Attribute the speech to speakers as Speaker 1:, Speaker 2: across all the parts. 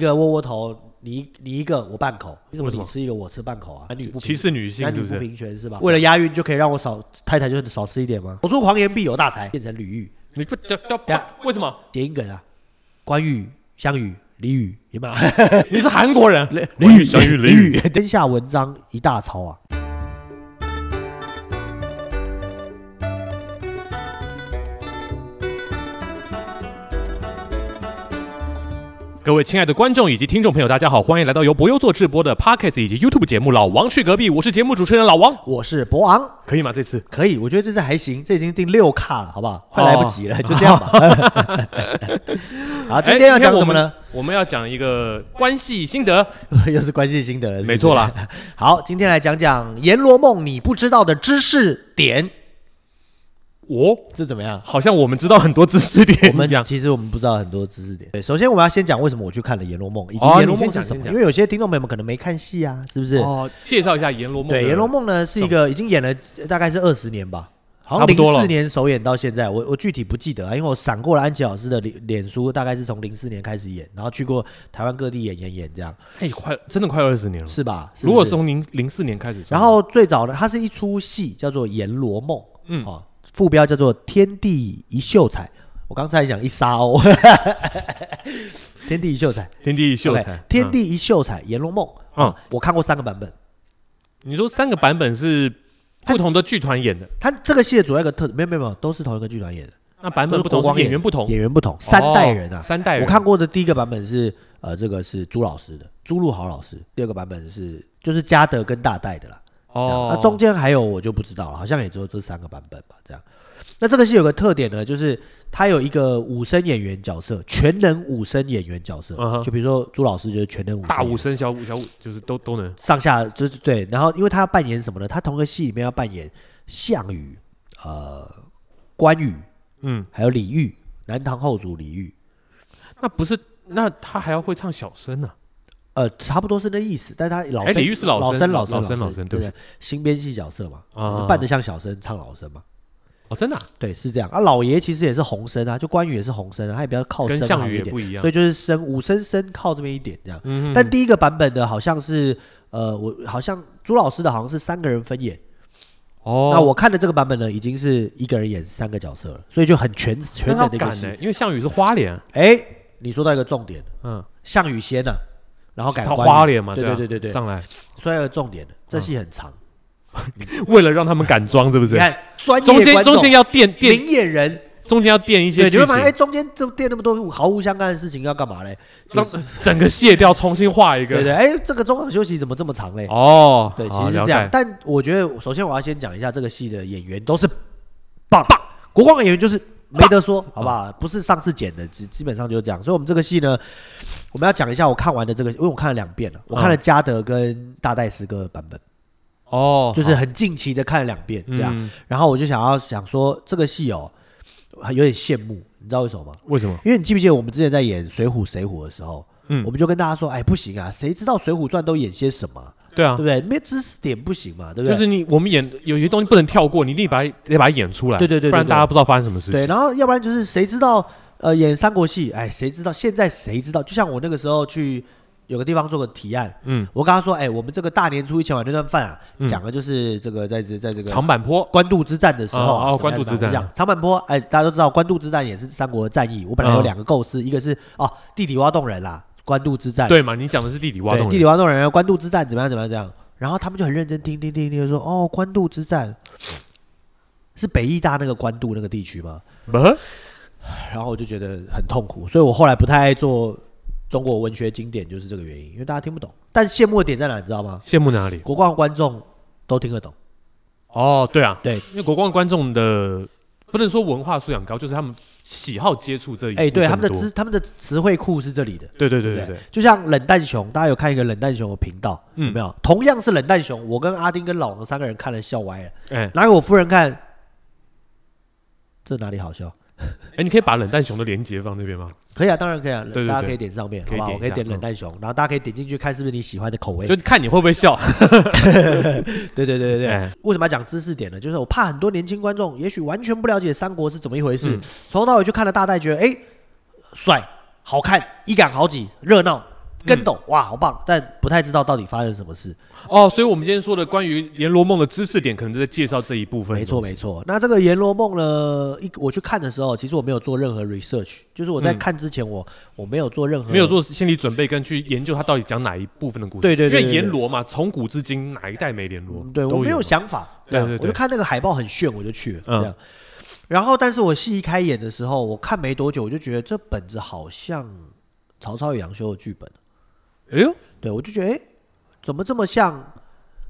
Speaker 1: 一个窝窝头，你一你一个我半口，你怎么
Speaker 2: 为什
Speaker 1: 你
Speaker 2: 么
Speaker 1: 吃一个我吃半口啊？男女不平
Speaker 2: 歧视女性
Speaker 1: 男
Speaker 2: 是
Speaker 1: 女
Speaker 2: 不
Speaker 1: 不
Speaker 2: 是？
Speaker 1: 平权是吧？为了押韵就可以让我少太太就少吃一点吗？我说狂言必有大才，变成吕玉、
Speaker 2: 你不要要
Speaker 1: 等下
Speaker 2: 为什么？
Speaker 1: 谐音梗啊，关羽、项羽、李宇，有 没有？
Speaker 2: 你是韩 国人？
Speaker 1: 李
Speaker 2: 关羽
Speaker 1: 宇、
Speaker 2: 项羽
Speaker 1: 李
Speaker 2: 李
Speaker 1: 宇
Speaker 2: 宇，
Speaker 1: 天下文章一大抄啊！
Speaker 2: 各位亲爱的观众以及听众朋友，大家好，欢迎来到由博优做直播的 Pockets 以及 YouTube 节目《老王去隔壁》，我是节目主持人老王，
Speaker 1: 我是博昂，
Speaker 2: 可以吗？这次
Speaker 1: 可以，我觉得这次还行，这已经定六卡了，好不好？快来不及了，就这样 吧。好， 今天要讲什么呢？
Speaker 2: 哎？今天我们我们要讲一个关系心得，
Speaker 1: 又是关系心得了，是不是
Speaker 2: 没错啦。
Speaker 1: 好，今天来讲讲《阎罗梦》你不知道的知识点，
Speaker 2: 我、
Speaker 1: 这怎么 样？
Speaker 2: 好像我们知道很多知识
Speaker 1: 我
Speaker 2: 点一
Speaker 1: 们
Speaker 2: 样。
Speaker 1: 其实我们不知道很多知识点。对，首先我们要先讲为什么我去看了《阎罗梦》，以及
Speaker 2: 哦
Speaker 1: 《阎罗
Speaker 2: 你先
Speaker 1: 梦》是
Speaker 2: 讲
Speaker 1: 什么，
Speaker 2: 先讲
Speaker 1: 因为有些听众朋友们可能没看戏啊，是不是？
Speaker 2: 哦，介绍一下《阎罗梦》。
Speaker 1: 对，《阎罗，梦》呢是一个已经演了呃大概是二十年吧，好像
Speaker 2: 差不多
Speaker 1: 零
Speaker 2: 了
Speaker 1: 四年首演到现在，我我具体不记得啊，因为我闪过了安琪老师的脸脸书，大概是从零四年开始演，然后去过台湾各地演演演这样，
Speaker 2: 哎，快真的快二十年了。
Speaker 1: 是吧？是不
Speaker 2: 如果
Speaker 1: 是
Speaker 2: 从零零四年开始
Speaker 1: 然
Speaker 2: 算，
Speaker 1: 后最早的它是一出戏叫做《阎罗梦》，嗯，哦，副标叫做《天地一秀才》。我刚才讲一沙鸥， 天地一秀才，
Speaker 2: 天地秀
Speaker 1: OK，
Speaker 2: 才，嗯
Speaker 1: 天
Speaker 2: 地，
Speaker 1: 地一秀才，《阎罗梦》
Speaker 2: 嗯，
Speaker 1: 我看过三个版本。
Speaker 2: 你说三个版本是不同的剧团演的，
Speaker 1: 它这个戏的主要一个特，没有没有没有，都是同一个剧团演的，
Speaker 2: 那版本不
Speaker 1: 都是国
Speaker 2: 同，
Speaker 1: 光
Speaker 2: 是演员不同，
Speaker 1: 演员不同，三代人啊
Speaker 2: 哦。三代人。
Speaker 1: 我看过的第一个版本是呃，这个是朱老师的，朱露豪老师。第二个版本是就是嘉德跟大代的啦。
Speaker 2: 哦
Speaker 1: 那、，啊中间还有我就不知道了，好像也只有这三个版本吧。这样，那这个戏有个特点呢，就是它有一个武生演员角色，全能武生演员角色。
Speaker 2: 嗯哼
Speaker 1: 就比如说朱老师就是全能武生
Speaker 2: 大
Speaker 1: 演员
Speaker 2: 武生、小武、小武，就是都都能。
Speaker 1: 上下就是对，然后因为他要扮演什么呢？他同个戏里面要扮演项羽、呃关羽，
Speaker 2: 嗯，
Speaker 1: 还有李煜，南唐后主李煜。
Speaker 2: 那不是，那他还要会唱小生啊呢、
Speaker 1: 呃，差不多是那意思，但他老
Speaker 2: 哎
Speaker 1: 生，
Speaker 2: 李煜是老
Speaker 1: 老
Speaker 2: 生
Speaker 1: 老
Speaker 2: 老
Speaker 1: 生，
Speaker 2: 生老
Speaker 1: 生，
Speaker 2: 生
Speaker 1: 对不
Speaker 2: 对不
Speaker 1: 对？新编戏角色嘛，
Speaker 2: 啊
Speaker 1: 就扮得像小生，唱老生嘛。
Speaker 2: 哦，真的啊、
Speaker 1: 对，是这样啊。老爷其实也是红生啊，就关羽也是红生啊，他也比较靠
Speaker 2: 跟
Speaker 1: 生
Speaker 2: 项
Speaker 1: 行
Speaker 2: 羽
Speaker 1: 一
Speaker 2: 也
Speaker 1: 点，
Speaker 2: 不一样
Speaker 1: 所以就是生武生生靠这边一点这样。
Speaker 2: 嗯
Speaker 1: 但第一个版本的好像是呃，我好像朱老师的好像是三个人分演，
Speaker 2: 哦，
Speaker 1: 那我看的这个版本呢，已经是一个人演三个角色了，所以就很全
Speaker 2: 那
Speaker 1: 全
Speaker 2: 他
Speaker 1: 能的一
Speaker 2: 敢欸
Speaker 1: 个戏
Speaker 2: 呢、。因为项羽是花脸，
Speaker 1: 哎、你说到一个重点，
Speaker 2: 嗯，
Speaker 1: 项羽先呢、啊然后改
Speaker 2: 他
Speaker 1: 哦关羽
Speaker 2: 花脸嘛，
Speaker 1: 对
Speaker 2: 对
Speaker 1: 对对
Speaker 2: 啊
Speaker 1: 对对，
Speaker 2: 上嗯来
Speaker 1: 说到一个重点，这戏很长，
Speaker 2: 为了让他们敢装，是不是
Speaker 1: 你？看专
Speaker 2: 中
Speaker 1: 业
Speaker 2: 间
Speaker 1: 观众
Speaker 2: 中间要垫垫，
Speaker 1: 明眼人，
Speaker 2: 中间要垫一些
Speaker 1: 对，你
Speaker 2: 剧
Speaker 1: 会
Speaker 2: 情
Speaker 1: 发，现哎，中间这垫那么多毫无相干的事情要干嘛嘞？就
Speaker 2: 让
Speaker 1: 是
Speaker 2: 整个卸掉，重新画一 个。
Speaker 1: 对对，哎，这个中场休息怎么这么长嘞？
Speaker 2: 哦，
Speaker 1: 对，其
Speaker 2: 好
Speaker 1: 实是
Speaker 2: 了
Speaker 1: 这样
Speaker 2: 解，
Speaker 1: 但我觉得首先我要先讲一下这个戏的演员都是棒棒，国光演员就是没得说，好
Speaker 2: 嗯
Speaker 1: 不好？不是上次剪的，基基本上就是这样。所以我们这个戏呢，我们要讲一下我看完的这个，因为我看了两遍了，我看了嘉德跟大戴师哥的版本，
Speaker 2: 哦，
Speaker 1: 就是
Speaker 2: 好
Speaker 1: 很近期的看了两遍这样。
Speaker 2: 嗯
Speaker 1: 然后我就想要想说这个戏哦，有点羡慕，你知道为什么吗？
Speaker 2: 为什么？
Speaker 1: 因为你记不记得我们之前在演《水浒》《水浒》的时候，
Speaker 2: 嗯
Speaker 1: 我们就跟大家说，哎，不行啊，谁知道《水浒传》都演些什么啊、
Speaker 2: 对啊
Speaker 1: 对不，对？没有知识点不行嘛，对不对？
Speaker 2: 就是你我们演有些东西不能跳过，你一定把它得把它演出来，
Speaker 1: 对对对对
Speaker 2: 不然
Speaker 1: 对
Speaker 2: 大家不知道发生什么事
Speaker 1: 对，
Speaker 2: 情。
Speaker 1: 然后要不然就是谁知道呃演三国戏，哎，谁知道现在谁知道？就像我那个时候去有个地方做个提案，
Speaker 2: 嗯，
Speaker 1: 我跟他说，哎，我们这个大年初一前晚那顿饭啊，讲的就是这个在这在这个
Speaker 2: 长坂坡
Speaker 1: 官渡之战的时候啊，
Speaker 2: 哦哦
Speaker 1: 怎么样
Speaker 2: 官渡之
Speaker 1: 怎么样
Speaker 2: 战
Speaker 1: 长坂坡，哎，大家都知道官渡之战也是三国的战役。我本来有
Speaker 2: 嗯
Speaker 1: 两个构思，一个是哦地底挖洞人啦，官渡之战，
Speaker 2: 对嘛？你讲的是地底挖
Speaker 1: 对，
Speaker 2: 洞
Speaker 1: 地
Speaker 2: 人
Speaker 1: 理挖洞人、官渡之战怎么样怎么样怎么样，然后他们就很认真听听听听，就说哦，官渡之战是北艺大那个官渡那个地区吗？，
Speaker 2: 呃
Speaker 1: 然后我就觉得很痛苦，所以我后来不太爱做中国文学经典，就是这个原因，因为大家听不懂。但羡慕的点在哪，你知道吗？
Speaker 2: 羡慕哪里？
Speaker 1: 国光观众都听得懂，
Speaker 2: 哦，对啊，
Speaker 1: 对，
Speaker 2: 因为国光观众的不能说文化素养高，就是他们喜好接触这一，
Speaker 1: 哎、对，他们的
Speaker 2: 知，
Speaker 1: 词他们的词汇库是这里的。
Speaker 2: 对对
Speaker 1: 对
Speaker 2: 对对
Speaker 1: 不
Speaker 2: 对
Speaker 1: 对，，就像冷淡熊，大家有看一个冷淡熊的频道，
Speaker 2: 嗯
Speaker 1: 有没有？同样是冷淡熊，我跟阿丁跟老王三个人看了笑歪了，
Speaker 2: 哎
Speaker 1: 拿给我夫人看，这哪里好笑？
Speaker 2: 哎，你可以把冷淡熊的连接放那边吗？
Speaker 1: 可以啊，当然可以啊，
Speaker 2: 对对
Speaker 1: 大家可以点上面，好
Speaker 2: 可以
Speaker 1: 不好？
Speaker 2: 点
Speaker 1: 我可以
Speaker 2: 一下嗯
Speaker 1: 点冷淡熊，然后大家可以点进去看是不是你喜欢的口味。
Speaker 2: 就看你会不会笑。
Speaker 1: 对对 对对对，
Speaker 2: 哎
Speaker 1: 为什么要讲知识点呢？就是我怕很多年轻观众也许完全不了解三国是怎么一回
Speaker 2: 嗯
Speaker 1: 事，从头到尾去看了大代，觉得哎帅、好看、一杆好几、热闹，跟斗，
Speaker 2: 嗯
Speaker 1: 哇，好棒！但不太知道到底发生什么事。
Speaker 2: 哦，所以我们今天说的关于阎罗梦的知识点，可能就在介绍这一部分。
Speaker 1: 没错，没错。那这个《阎罗梦》呢，一我去看的时候，其实我没有做任何 research，就是我在看之前我，我没有做任何
Speaker 2: 嗯没有做心理准备跟去研究它到底讲哪一部分的故事。
Speaker 1: 对对对
Speaker 2: 因为
Speaker 1: 对嗯
Speaker 2: 阎罗嘛，从古至今哪一代没联络？
Speaker 1: 对我
Speaker 2: 都
Speaker 1: 没有
Speaker 2: 有。
Speaker 1: 想法，
Speaker 2: 对
Speaker 1: 啊
Speaker 2: 对对
Speaker 1: 我就看那个海报很炫，我就去了。
Speaker 2: 嗯
Speaker 1: 这样，然后但是我戏一开演的时候，我看没多久，我就觉得这本子好像曹操与杨修的剧本。
Speaker 2: 哎呦，
Speaker 1: 对我就觉得，哎、怎么这么像？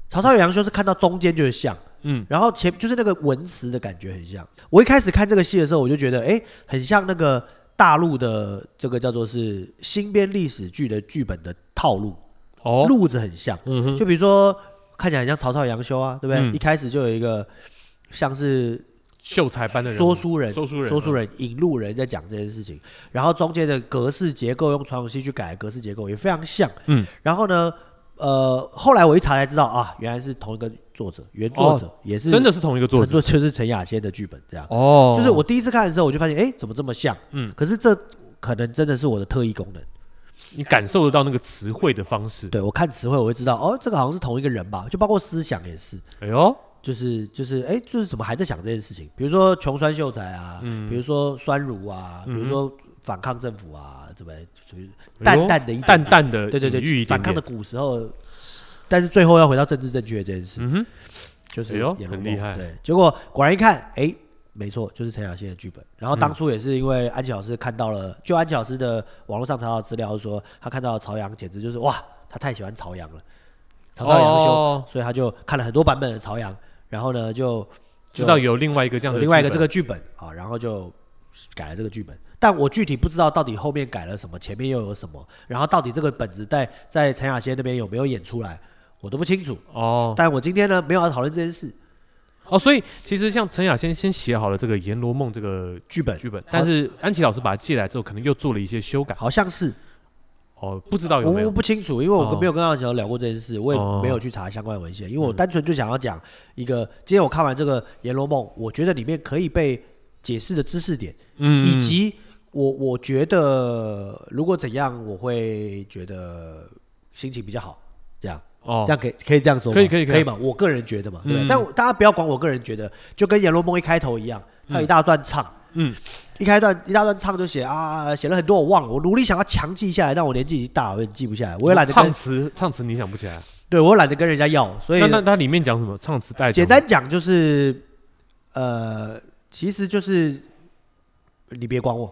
Speaker 1: 曹操与杨修是看到中间就是像，
Speaker 2: 嗯，
Speaker 1: 然后前就是那个文词的感觉很像。我一开始看这个戏的时候，我就觉得，哎、很像那个大陆的这个叫做是新编历史剧的剧本的套路。
Speaker 2: 哦，
Speaker 1: 路子很像。就比如说看起来很像曹操、杨修啊，对不对？
Speaker 2: 嗯
Speaker 1: 一开始就有一个像是
Speaker 2: 秀才般的人物
Speaker 1: 说书人、
Speaker 2: 说书人，嗯
Speaker 1: 说书
Speaker 2: 人，
Speaker 1: 人、引路人在讲这件事情，然后中间的格式结构用传统戏去改的格式结构也非常像。
Speaker 2: 嗯，
Speaker 1: 然后呢，呃，后来我一查才知道啊，原来是同一个作者，原作者、也是
Speaker 2: 哦真的是同一个作者。
Speaker 1: 陈 就是陈雅仙的剧本这样。
Speaker 2: 哦，
Speaker 1: 就是我第一次看的时候，我就发现，哎、怎么这么像？
Speaker 2: 嗯，
Speaker 1: 可是这可能真的是我的特异功能。
Speaker 2: 你感受得到那个词汇的方式。
Speaker 1: 对我看词汇，我会知道，哦，这个好像是同一个人吧？就包括思想也是。
Speaker 2: 哎呦，
Speaker 1: 就是就是哎、就是怎么还在想这件事情？比如说穷酸秀才啊，
Speaker 2: 嗯
Speaker 1: 比如说酸儒啊，比如说反抗政府啊，怎么就是
Speaker 2: 哎
Speaker 1: 淡
Speaker 2: 呦
Speaker 1: 淡的一点
Speaker 2: 淡淡的，
Speaker 1: 对对对，
Speaker 2: 寓意一点
Speaker 1: 反
Speaker 2: 哦
Speaker 1: 抗的
Speaker 2: 点。
Speaker 1: 古时候，但是最后要回到政治正确这件事，
Speaker 2: 嗯哼，
Speaker 1: 就是
Speaker 2: 哎呦
Speaker 1: 演
Speaker 2: 很
Speaker 1: 罗
Speaker 2: 厉
Speaker 1: 梦
Speaker 2: 害
Speaker 1: 对，结果果然一看，哎、没错，就是陈小希的剧本。然后
Speaker 2: 嗯
Speaker 1: 当初也是因为安琪老师看到了，就安琪老师的网络上查到的资料说，他看到朝阳简直就是哇，他太喜欢朝阳了，曹操杨修，
Speaker 2: 哦
Speaker 1: 所以他就看了很多版本的朝阳，然后呢就
Speaker 2: 知道有另外一个这样
Speaker 1: 有
Speaker 2: 的，
Speaker 1: 另外一个这，个剧本啊，然后就改了这个剧本。但我具体不知道到底后面改了什么，前面又有什么，然后到底这个本子在在陈雅仙那边有没有演出来，我都不清楚。
Speaker 2: 哦
Speaker 1: 但我今天呢，没有要讨论这件事，
Speaker 2: 哦，所以其实像陈雅先先写好了这个《阎罗梦》这个
Speaker 1: 剧本
Speaker 2: 剧本，但是安琪老师把它借来之后，可能又做了一些修改。
Speaker 1: 好像是
Speaker 2: 哦，不知道有没
Speaker 1: 我我
Speaker 2: 有？
Speaker 1: 不清楚，因为我
Speaker 2: 哦
Speaker 1: 没有跟二乔聊过这件事，我
Speaker 2: 哦
Speaker 1: 也没有去查相关的文献，因为我单纯就想要讲一个，今天我看完这个《阎罗梦》，我觉得里面可以被解释的知识点，
Speaker 2: 嗯
Speaker 1: 以及我我觉得如果怎样，我会觉得心情比较好，这样。
Speaker 2: 哦
Speaker 1: 这，样可以可以这样说吗
Speaker 2: 可以可以可以
Speaker 1: 可以嘛？我个人觉得嘛，对不对？
Speaker 2: 嗯
Speaker 1: 但我大家不要管我个人觉得，就跟《阎罗梦》一开头一样，它有一大段唱，
Speaker 2: 嗯，
Speaker 1: 一开段一大段唱就写啊，写了很多我忘了，我努力想要强记下来，但我年纪已经大了，我也记不下来，我也懒得
Speaker 2: 哦唱
Speaker 1: 跟，
Speaker 2: 词，唱词你想不起来？
Speaker 1: 对我懒得跟人家要，所以
Speaker 2: 那那它里面讲什么？唱词带
Speaker 1: 简单讲就是，呃，其实就是你别管我，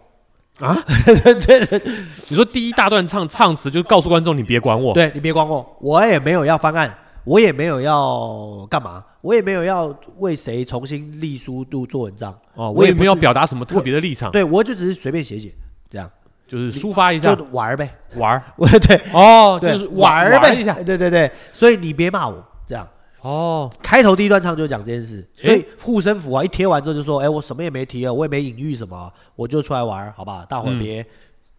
Speaker 2: 啊？
Speaker 1: 对对对
Speaker 2: 你说第一大段唱唱词，就告诉观众你别管我。
Speaker 1: 对，你别管我，我也没有要翻案，我也没有要干嘛，我也没有要为谁重新立书度做文章。
Speaker 2: 哦，
Speaker 1: 我
Speaker 2: 我也
Speaker 1: 也不
Speaker 2: 没有
Speaker 1: 是
Speaker 2: 表达什么特别的立场，
Speaker 1: 对我就只是随便写写，这样
Speaker 2: 就是抒发啊一
Speaker 1: 就
Speaker 2: 下
Speaker 1: 玩儿呗。
Speaker 2: 玩儿。
Speaker 1: 我对
Speaker 2: 哦，
Speaker 1: 对
Speaker 2: 就是
Speaker 1: 玩
Speaker 2: 玩
Speaker 1: 儿呗
Speaker 2: 一下。
Speaker 1: 对对对，所以你别骂我，这样。
Speaker 2: 哦，
Speaker 1: 开头第一段唱就讲这件事，所
Speaker 2: 诶
Speaker 1: 以护身符啊一贴完之后就说，哎、我什么也没提啊，我也没隐喻什么，我就出来玩儿，好吧，大
Speaker 2: 嗯
Speaker 1: 伙儿别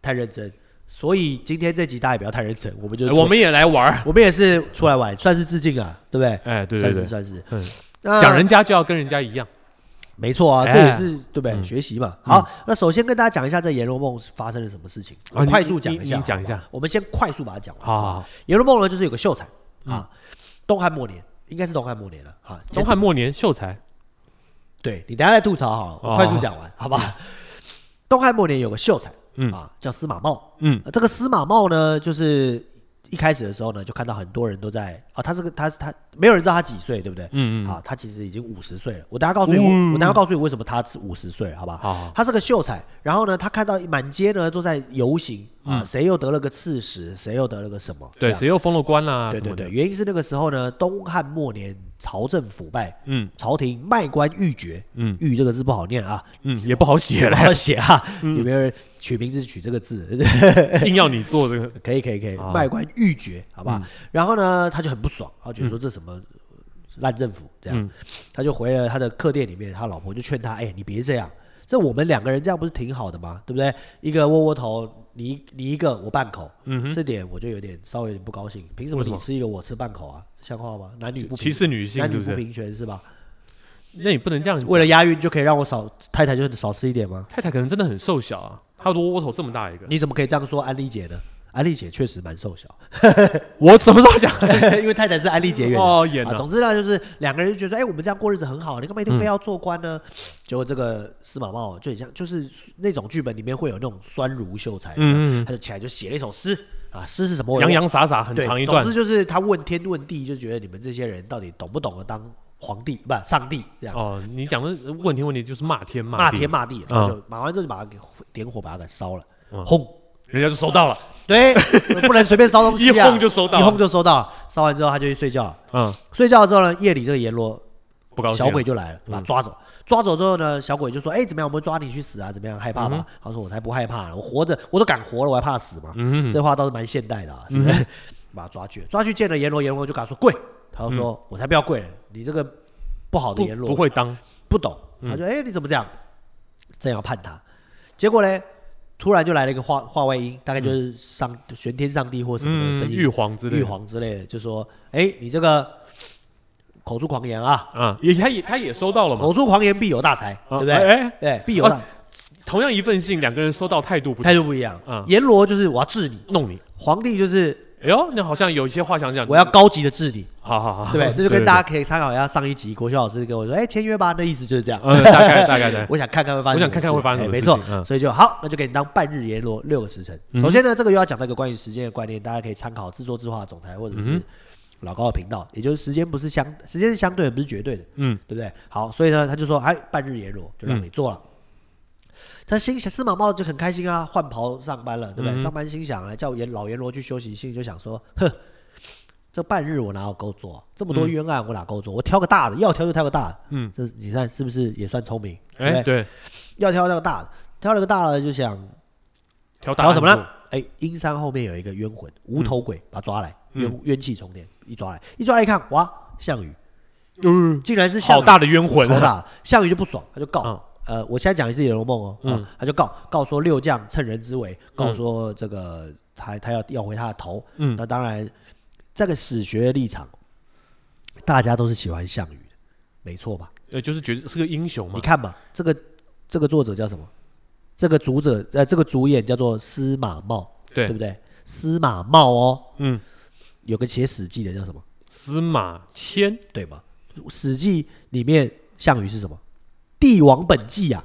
Speaker 1: 太认真。所以今天这集大家也不要太认真，我们就
Speaker 2: 哎
Speaker 1: 出
Speaker 2: 我们也来玩儿。
Speaker 1: 我们也是出来玩，算是致敬啊，对不对？
Speaker 2: 哎，对对对，
Speaker 1: 算是算
Speaker 2: 嗯
Speaker 1: 是。那
Speaker 2: 讲人家就要跟人家一样。
Speaker 1: 没错啊，
Speaker 2: 哎
Speaker 1: 这也是对不对？
Speaker 2: 嗯
Speaker 1: 学习嘛。好，那首先跟大家讲一下这《阎罗梦》发生了什么事情，
Speaker 2: 啊
Speaker 1: 我
Speaker 2: 你
Speaker 1: 快速讲
Speaker 2: 你
Speaker 1: 一下。
Speaker 2: 你讲一下
Speaker 1: 好不好，我们先快速把它讲完。
Speaker 2: 好好好，
Speaker 1: 《阎罗梦》呢，就是有个秀才啊，东汉末年，应该是东汉末年了啊。
Speaker 2: 嗯东汉末年秀才，
Speaker 1: 对你等一下再吐槽好了，
Speaker 2: 哦
Speaker 1: 我快速讲完，好吧？东汉末年有个秀才，
Speaker 2: 嗯
Speaker 1: 啊，叫司马茂。
Speaker 2: 嗯
Speaker 1: 呃这个司马茂呢，就是一开始的时候呢，就看到很多人都在啊，他是个他是他没有人知道他几岁，对不对？
Speaker 2: 嗯嗯哦
Speaker 1: 啊，他其实已经五十岁了。我等一下告诉你，我我等一下告诉你为什么他是五十岁了，好吧？
Speaker 2: 好好
Speaker 1: 他是个秀才，然后呢，他看到满街呢都在游行啊，谁又得了个刺史，谁又得了个什么？这
Speaker 2: 嗯对，
Speaker 1: 样
Speaker 2: 谁又封了官啦？
Speaker 1: 对啊
Speaker 2: 啊什
Speaker 1: 对
Speaker 2: 么
Speaker 1: 对，
Speaker 2: 的，
Speaker 1: 原因是那个时候呢，东汉末年朝政腐败，
Speaker 2: 嗯
Speaker 1: 朝廷卖官鬻爵，
Speaker 2: 嗯
Speaker 1: 鬻这个字不好念 啊，
Speaker 2: 嗯，也不好写
Speaker 1: 不
Speaker 2: 了，
Speaker 1: 好写啊，
Speaker 2: 嗯
Speaker 1: 有没有人取名字取这个字？
Speaker 2: 硬要你做这个。
Speaker 1: 可以可以可以
Speaker 2: 啊，嗯
Speaker 1: 卖官鬻爵，好吧？然后呢，他就很不爽，他觉得说这什么呃烂政府这
Speaker 2: 嗯
Speaker 1: 样，他就回了他的客店里面，他老婆就劝他，哎，你别这样，这我们两个人这样不是挺好的吗？对不对？一个窝窝头，你你一个我半口，这点我就有点稍微有点不高兴，凭什么
Speaker 2: 嗯为什
Speaker 1: 你
Speaker 2: 么
Speaker 1: 吃一个我吃半口啊？像话吗？男女不平
Speaker 2: 歧视女性
Speaker 1: 男
Speaker 2: 是
Speaker 1: 女
Speaker 2: 不
Speaker 1: 不
Speaker 2: 是？
Speaker 1: 平权是吧？
Speaker 2: 那你不能这样讲，
Speaker 1: 为了押韵就可以让我少太太就少吃一点吗？
Speaker 2: 太太可能真的很瘦小啊，她的窝窝头这么大一个，
Speaker 1: 你怎么可以这样说安利姐呢？安利姐确实蛮瘦小，
Speaker 2: 我什么时候讲？
Speaker 1: 因为太太是安利结缘的
Speaker 2: 哦，演
Speaker 1: 啊，
Speaker 2: 的，
Speaker 1: 总之呢，就是两个人就觉得说，哎、我们这样过日子很好，你干嘛一定非要做官呢？结果这个司马茂就很像，就是那种剧本里面会有那种酸如秀才，
Speaker 2: 嗯嗯嗯
Speaker 1: 他就起来就写了一首诗啊，诗是什 么我也忘
Speaker 2: 洋
Speaker 1: 了？
Speaker 2: 洋洒洒很
Speaker 1: 对，
Speaker 2: 长一段
Speaker 1: 总之就是他问天问地，就觉得你们这些人到底懂不懂得当皇帝，不上帝这样。
Speaker 2: 哦。你讲的问题问题就是骂天
Speaker 1: 骂
Speaker 2: 骂地嗯
Speaker 1: 天，骂地，然后就骂完之后就把他给点火，把他给烧了，轰！
Speaker 2: 人家就收到了。
Speaker 1: 对， 不能随便烧东西啊！
Speaker 2: 一轰就收到
Speaker 1: 一轰就收到。烧完之后他就去睡觉，
Speaker 2: 嗯，
Speaker 1: 睡觉之后呢，夜里这个阎罗
Speaker 2: 不高兴
Speaker 1: 小
Speaker 2: 啊。
Speaker 1: 鬼就来了，把他抓走。抓走之后呢，小鬼就说：“哎、怎么样？我们抓你去死啊？怎么样？害怕
Speaker 2: 嗯
Speaker 1: 吧？”他说：“我才不害怕，我活着我都敢活了，我还怕死吗？”
Speaker 2: 嗯
Speaker 1: 这话倒是蛮现代的啊，是不是？把他抓去，抓去见了阎罗，阎罗就跟他说：“跪。”他就说：“我才不要跪，你这个不好的
Speaker 2: 嗯不
Speaker 1: 阎罗，
Speaker 2: 不会嗯当，
Speaker 1: 不懂。”他说：“哎、你怎么这样？”正要判他，结果嘞，突然就来了一个话话外音，大概就是上、玄天上帝或什么的
Speaker 2: 嗯，
Speaker 1: 声音，
Speaker 2: 玉皇之类的，
Speaker 1: 玉皇之类的，就说：“哎、你这个口出狂言啊！”
Speaker 2: 啊，也他也他也收到了嘛，
Speaker 1: 口出狂言必有大财，对
Speaker 2: 啊
Speaker 1: 不对？
Speaker 2: 哎，
Speaker 1: 对，必有大
Speaker 2: 同样一份信，两个人收到态度不
Speaker 1: 态度不一样
Speaker 2: 嗯。
Speaker 1: 阎罗就是我要治你，
Speaker 2: 弄你。
Speaker 1: 皇帝就是
Speaker 2: 哎呦，那好像有一些话想讲。
Speaker 1: 我要，高级的治你，
Speaker 2: 好好好，
Speaker 1: 对不对？这就跟大
Speaker 2: 家，
Speaker 1: 家可以参考一下上一集国学老师跟我说，哎，签约吧，那意思就是这样。
Speaker 2: 嗯，大概大概大 概，
Speaker 1: 我想看看会发生
Speaker 2: 我
Speaker 1: 什么事，
Speaker 2: 想看看会发生
Speaker 1: 哎
Speaker 2: 什么
Speaker 1: 没
Speaker 2: 事
Speaker 1: 错
Speaker 2: 情，嗯
Speaker 1: 所以就好，那就给你当半日阎罗六个时辰。首先呢，这个又要讲到一个关于时间的观念，大家可以参考自说自话总裁或者
Speaker 2: 嗯
Speaker 1: 是老高的频道，也就是时间不是相，时间是相对的，不是绝对的，
Speaker 2: 嗯，
Speaker 1: 对不对？好，所以呢，他就说，哎，半日阎罗就让你做了。他心想，司马茂就很开心啊，换袍上班了，对
Speaker 2: 嗯
Speaker 1: 不对？上班心想啊，叫阎老阎罗去休息，心里就想说，哼，这半日我哪有够做？这么多冤案我哪够做？我挑个大的，要挑就挑个大的。
Speaker 2: 嗯，
Speaker 1: 这你看是不是也算聪明？对不对？
Speaker 2: 哎，对，
Speaker 1: 要挑那个大的，挑了个大的就想，
Speaker 2: 调答
Speaker 1: 然后
Speaker 2: 案
Speaker 1: 怎么了
Speaker 2: 做？？
Speaker 1: 哎，阴山后面有一个冤魂，无头鬼，把他抓来，冤冤气冲天，一抓来，一抓来一看，哇，项羽
Speaker 2: 嗯，
Speaker 1: 竟然是项
Speaker 2: 好
Speaker 1: 羽
Speaker 2: 大的冤魂
Speaker 1: 头
Speaker 2: 啊！
Speaker 1: 大，项羽就不爽，他就告。
Speaker 2: 嗯
Speaker 1: 呃，我现在讲一次《红楼梦》哦，嗯、他就告告说六将趁人之危，告说这个他他要要回他的头。
Speaker 2: 嗯
Speaker 1: 那当然，这个史学的立场，大家都是喜欢项羽的，没错吧？
Speaker 2: 呃，就是觉得是个英雄嘛
Speaker 1: 你。看嘛，这个这个作者叫什么？这个主者呃，这个主演叫做司马茂，
Speaker 2: 对
Speaker 1: 对不对？司马茂哦，
Speaker 2: 嗯，
Speaker 1: 有个写《史记》的叫什么？
Speaker 2: 司马迁
Speaker 1: 对吗？《史记》里面项羽是什么？帝王本纪啊，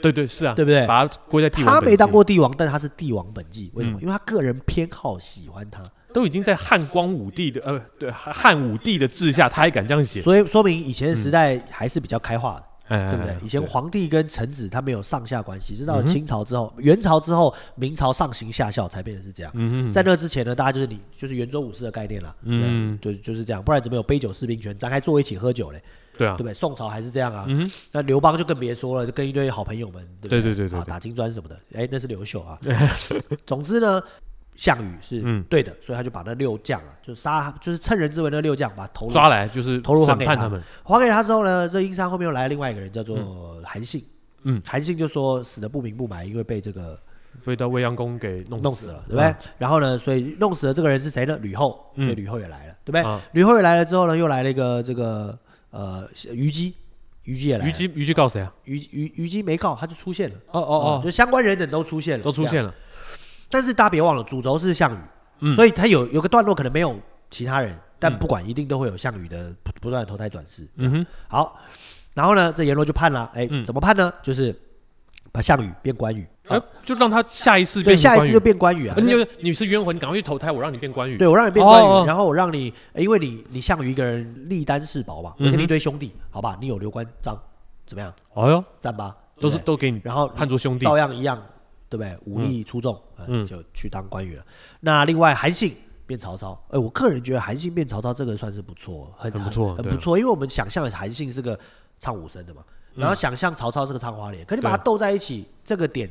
Speaker 2: 对对是啊，
Speaker 1: 对不对
Speaker 2: 把它归在帝王
Speaker 1: 他
Speaker 2: 本
Speaker 1: 没
Speaker 2: 纪嗯
Speaker 1: 当过帝王，但他是帝王本纪，为什么？因为他个人偏好喜欢他，
Speaker 2: 都已经在汉光武帝的呃，对汉汉武帝的治下，他还敢这样写，
Speaker 1: 所以说明以前的时代还是比较开化的。
Speaker 2: 哎嗯
Speaker 1: 对不对？以前皇帝跟臣子他没有上下关系，直到了清朝之后、元朝之后、明朝上行下效才变成是这样。
Speaker 2: 嗯
Speaker 1: 在那之前呢，大家就是你就是圆桌武士的概念啦，嗯，对，就是这样，不然怎么有杯酒释兵权，咱还坐一起喝酒嘞，
Speaker 2: 对啊嗯
Speaker 1: 对不，对？宋朝还是这样啊，那刘邦就更别说了，就跟一堆好朋友们，对不对
Speaker 2: 对对对对
Speaker 1: 啊，
Speaker 2: 对
Speaker 1: 打金砖什么的，哎，那是刘秀 啊。总之呢。项羽是
Speaker 2: 嗯
Speaker 1: 对的，所以他就把那六将啊，就杀，就是趁人之危那六将，把头颅
Speaker 2: 抓来就是
Speaker 1: 投入还
Speaker 2: 审
Speaker 1: 给
Speaker 2: 判他们，
Speaker 1: 还给他之后呢，这殷商后面又来了另外一个人，叫做韩信。
Speaker 2: 嗯，
Speaker 1: 韩信就说死的不明不白，因为被这个
Speaker 2: 被到未央宫给弄嗯
Speaker 1: 弄死了，对不对？然后呢，所以弄死了这个人是谁呢？吕后，所以吕后也来了，对不对？
Speaker 2: 啊
Speaker 1: 吕后也来了之后呢，又来了一个这个呃虞姬，虞姬也来了
Speaker 2: 虞姬虞姬告谁啊？
Speaker 1: 虞虞虞姬没告，他就出现了。啊
Speaker 2: 哦哦
Speaker 1: 就相关人等都出现
Speaker 2: 哦，
Speaker 1: 了，
Speaker 2: 都出
Speaker 1: 这样。
Speaker 2: 现嗯了，
Speaker 1: 但是大家别忘了，主轴是项羽，所以他有有个段落可能没有其他人，但不管一定都会有项羽的不不断的投胎转世。
Speaker 2: 嗯哼，嗯
Speaker 1: 好，然后呢，这阎罗就判了，哎，怎么判呢？就是把项羽变关羽，啊
Speaker 2: 哎，就让他下一次
Speaker 1: 对，
Speaker 2: 变成
Speaker 1: 下一
Speaker 2: 关
Speaker 1: 次
Speaker 2: 羽
Speaker 1: 就变关羽啊
Speaker 2: 呃。你就你是冤魂，你赶快去投胎，我让你变关羽。
Speaker 1: 对，我让你变关羽，
Speaker 2: 哦哦
Speaker 1: 然后我让你，哎因为你你项羽一个人力单势薄
Speaker 2: 嗯
Speaker 1: 嘛，我给你一堆兄弟，好吧，你有刘关张，怎么样，
Speaker 2: 哎呦，
Speaker 1: 赞吧，
Speaker 2: 都
Speaker 1: 对
Speaker 2: 是
Speaker 1: 不对
Speaker 2: 都给你
Speaker 1: 然后
Speaker 2: 判作兄弟，
Speaker 1: 照样一样，对不对？武力出众，嗯，就去当官员了。那另外韩信变曹操，哎，我个人觉得韩信变曹操这个算是不错，很
Speaker 2: 很不错
Speaker 1: 很
Speaker 2: 对啊
Speaker 1: 不错，因为我们想象韩信是个唱武生的嘛，
Speaker 2: 嗯
Speaker 1: 然后想象曹操是个唱花脸，可你把它斗在一起，这个点，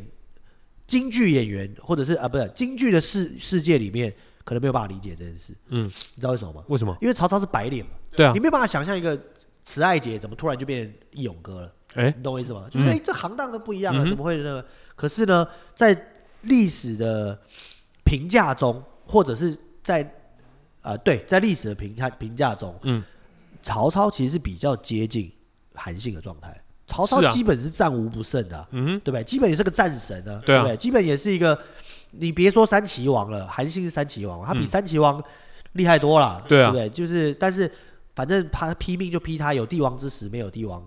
Speaker 1: 京剧演员或者是啊，不是京剧的世世界里面，可能没有办法理解这件事。
Speaker 2: 嗯，
Speaker 1: 你知道为什么吗？
Speaker 2: 为什么？
Speaker 1: 因为曹操是白脸嘛，
Speaker 2: 对啊
Speaker 1: 你，没有办法想象一个慈爱姐怎么突然就变成义勇哥了。
Speaker 2: 哎，嗯
Speaker 1: 你懂我意思吗？就是哎、这行当都不一样啊，怎么会那个？可是呢，在历史的评价中，或者是在啊、呃对，在历史的评价评价中，
Speaker 2: 嗯，
Speaker 1: 曹操其实是比较接近韩信的状态。曹操
Speaker 2: 是啊
Speaker 1: 基本是战无不胜的啊、
Speaker 2: 嗯哼，
Speaker 1: 对不对？基本也是个战神啊，
Speaker 2: 对啊
Speaker 1: 不对？基本也是一个你别说三旗王了，韩信是三旗王，他比三旗王厉害多了，
Speaker 2: 嗯对啊
Speaker 1: 不对？就是，但是反正他批命就批他有帝王之实，没有帝王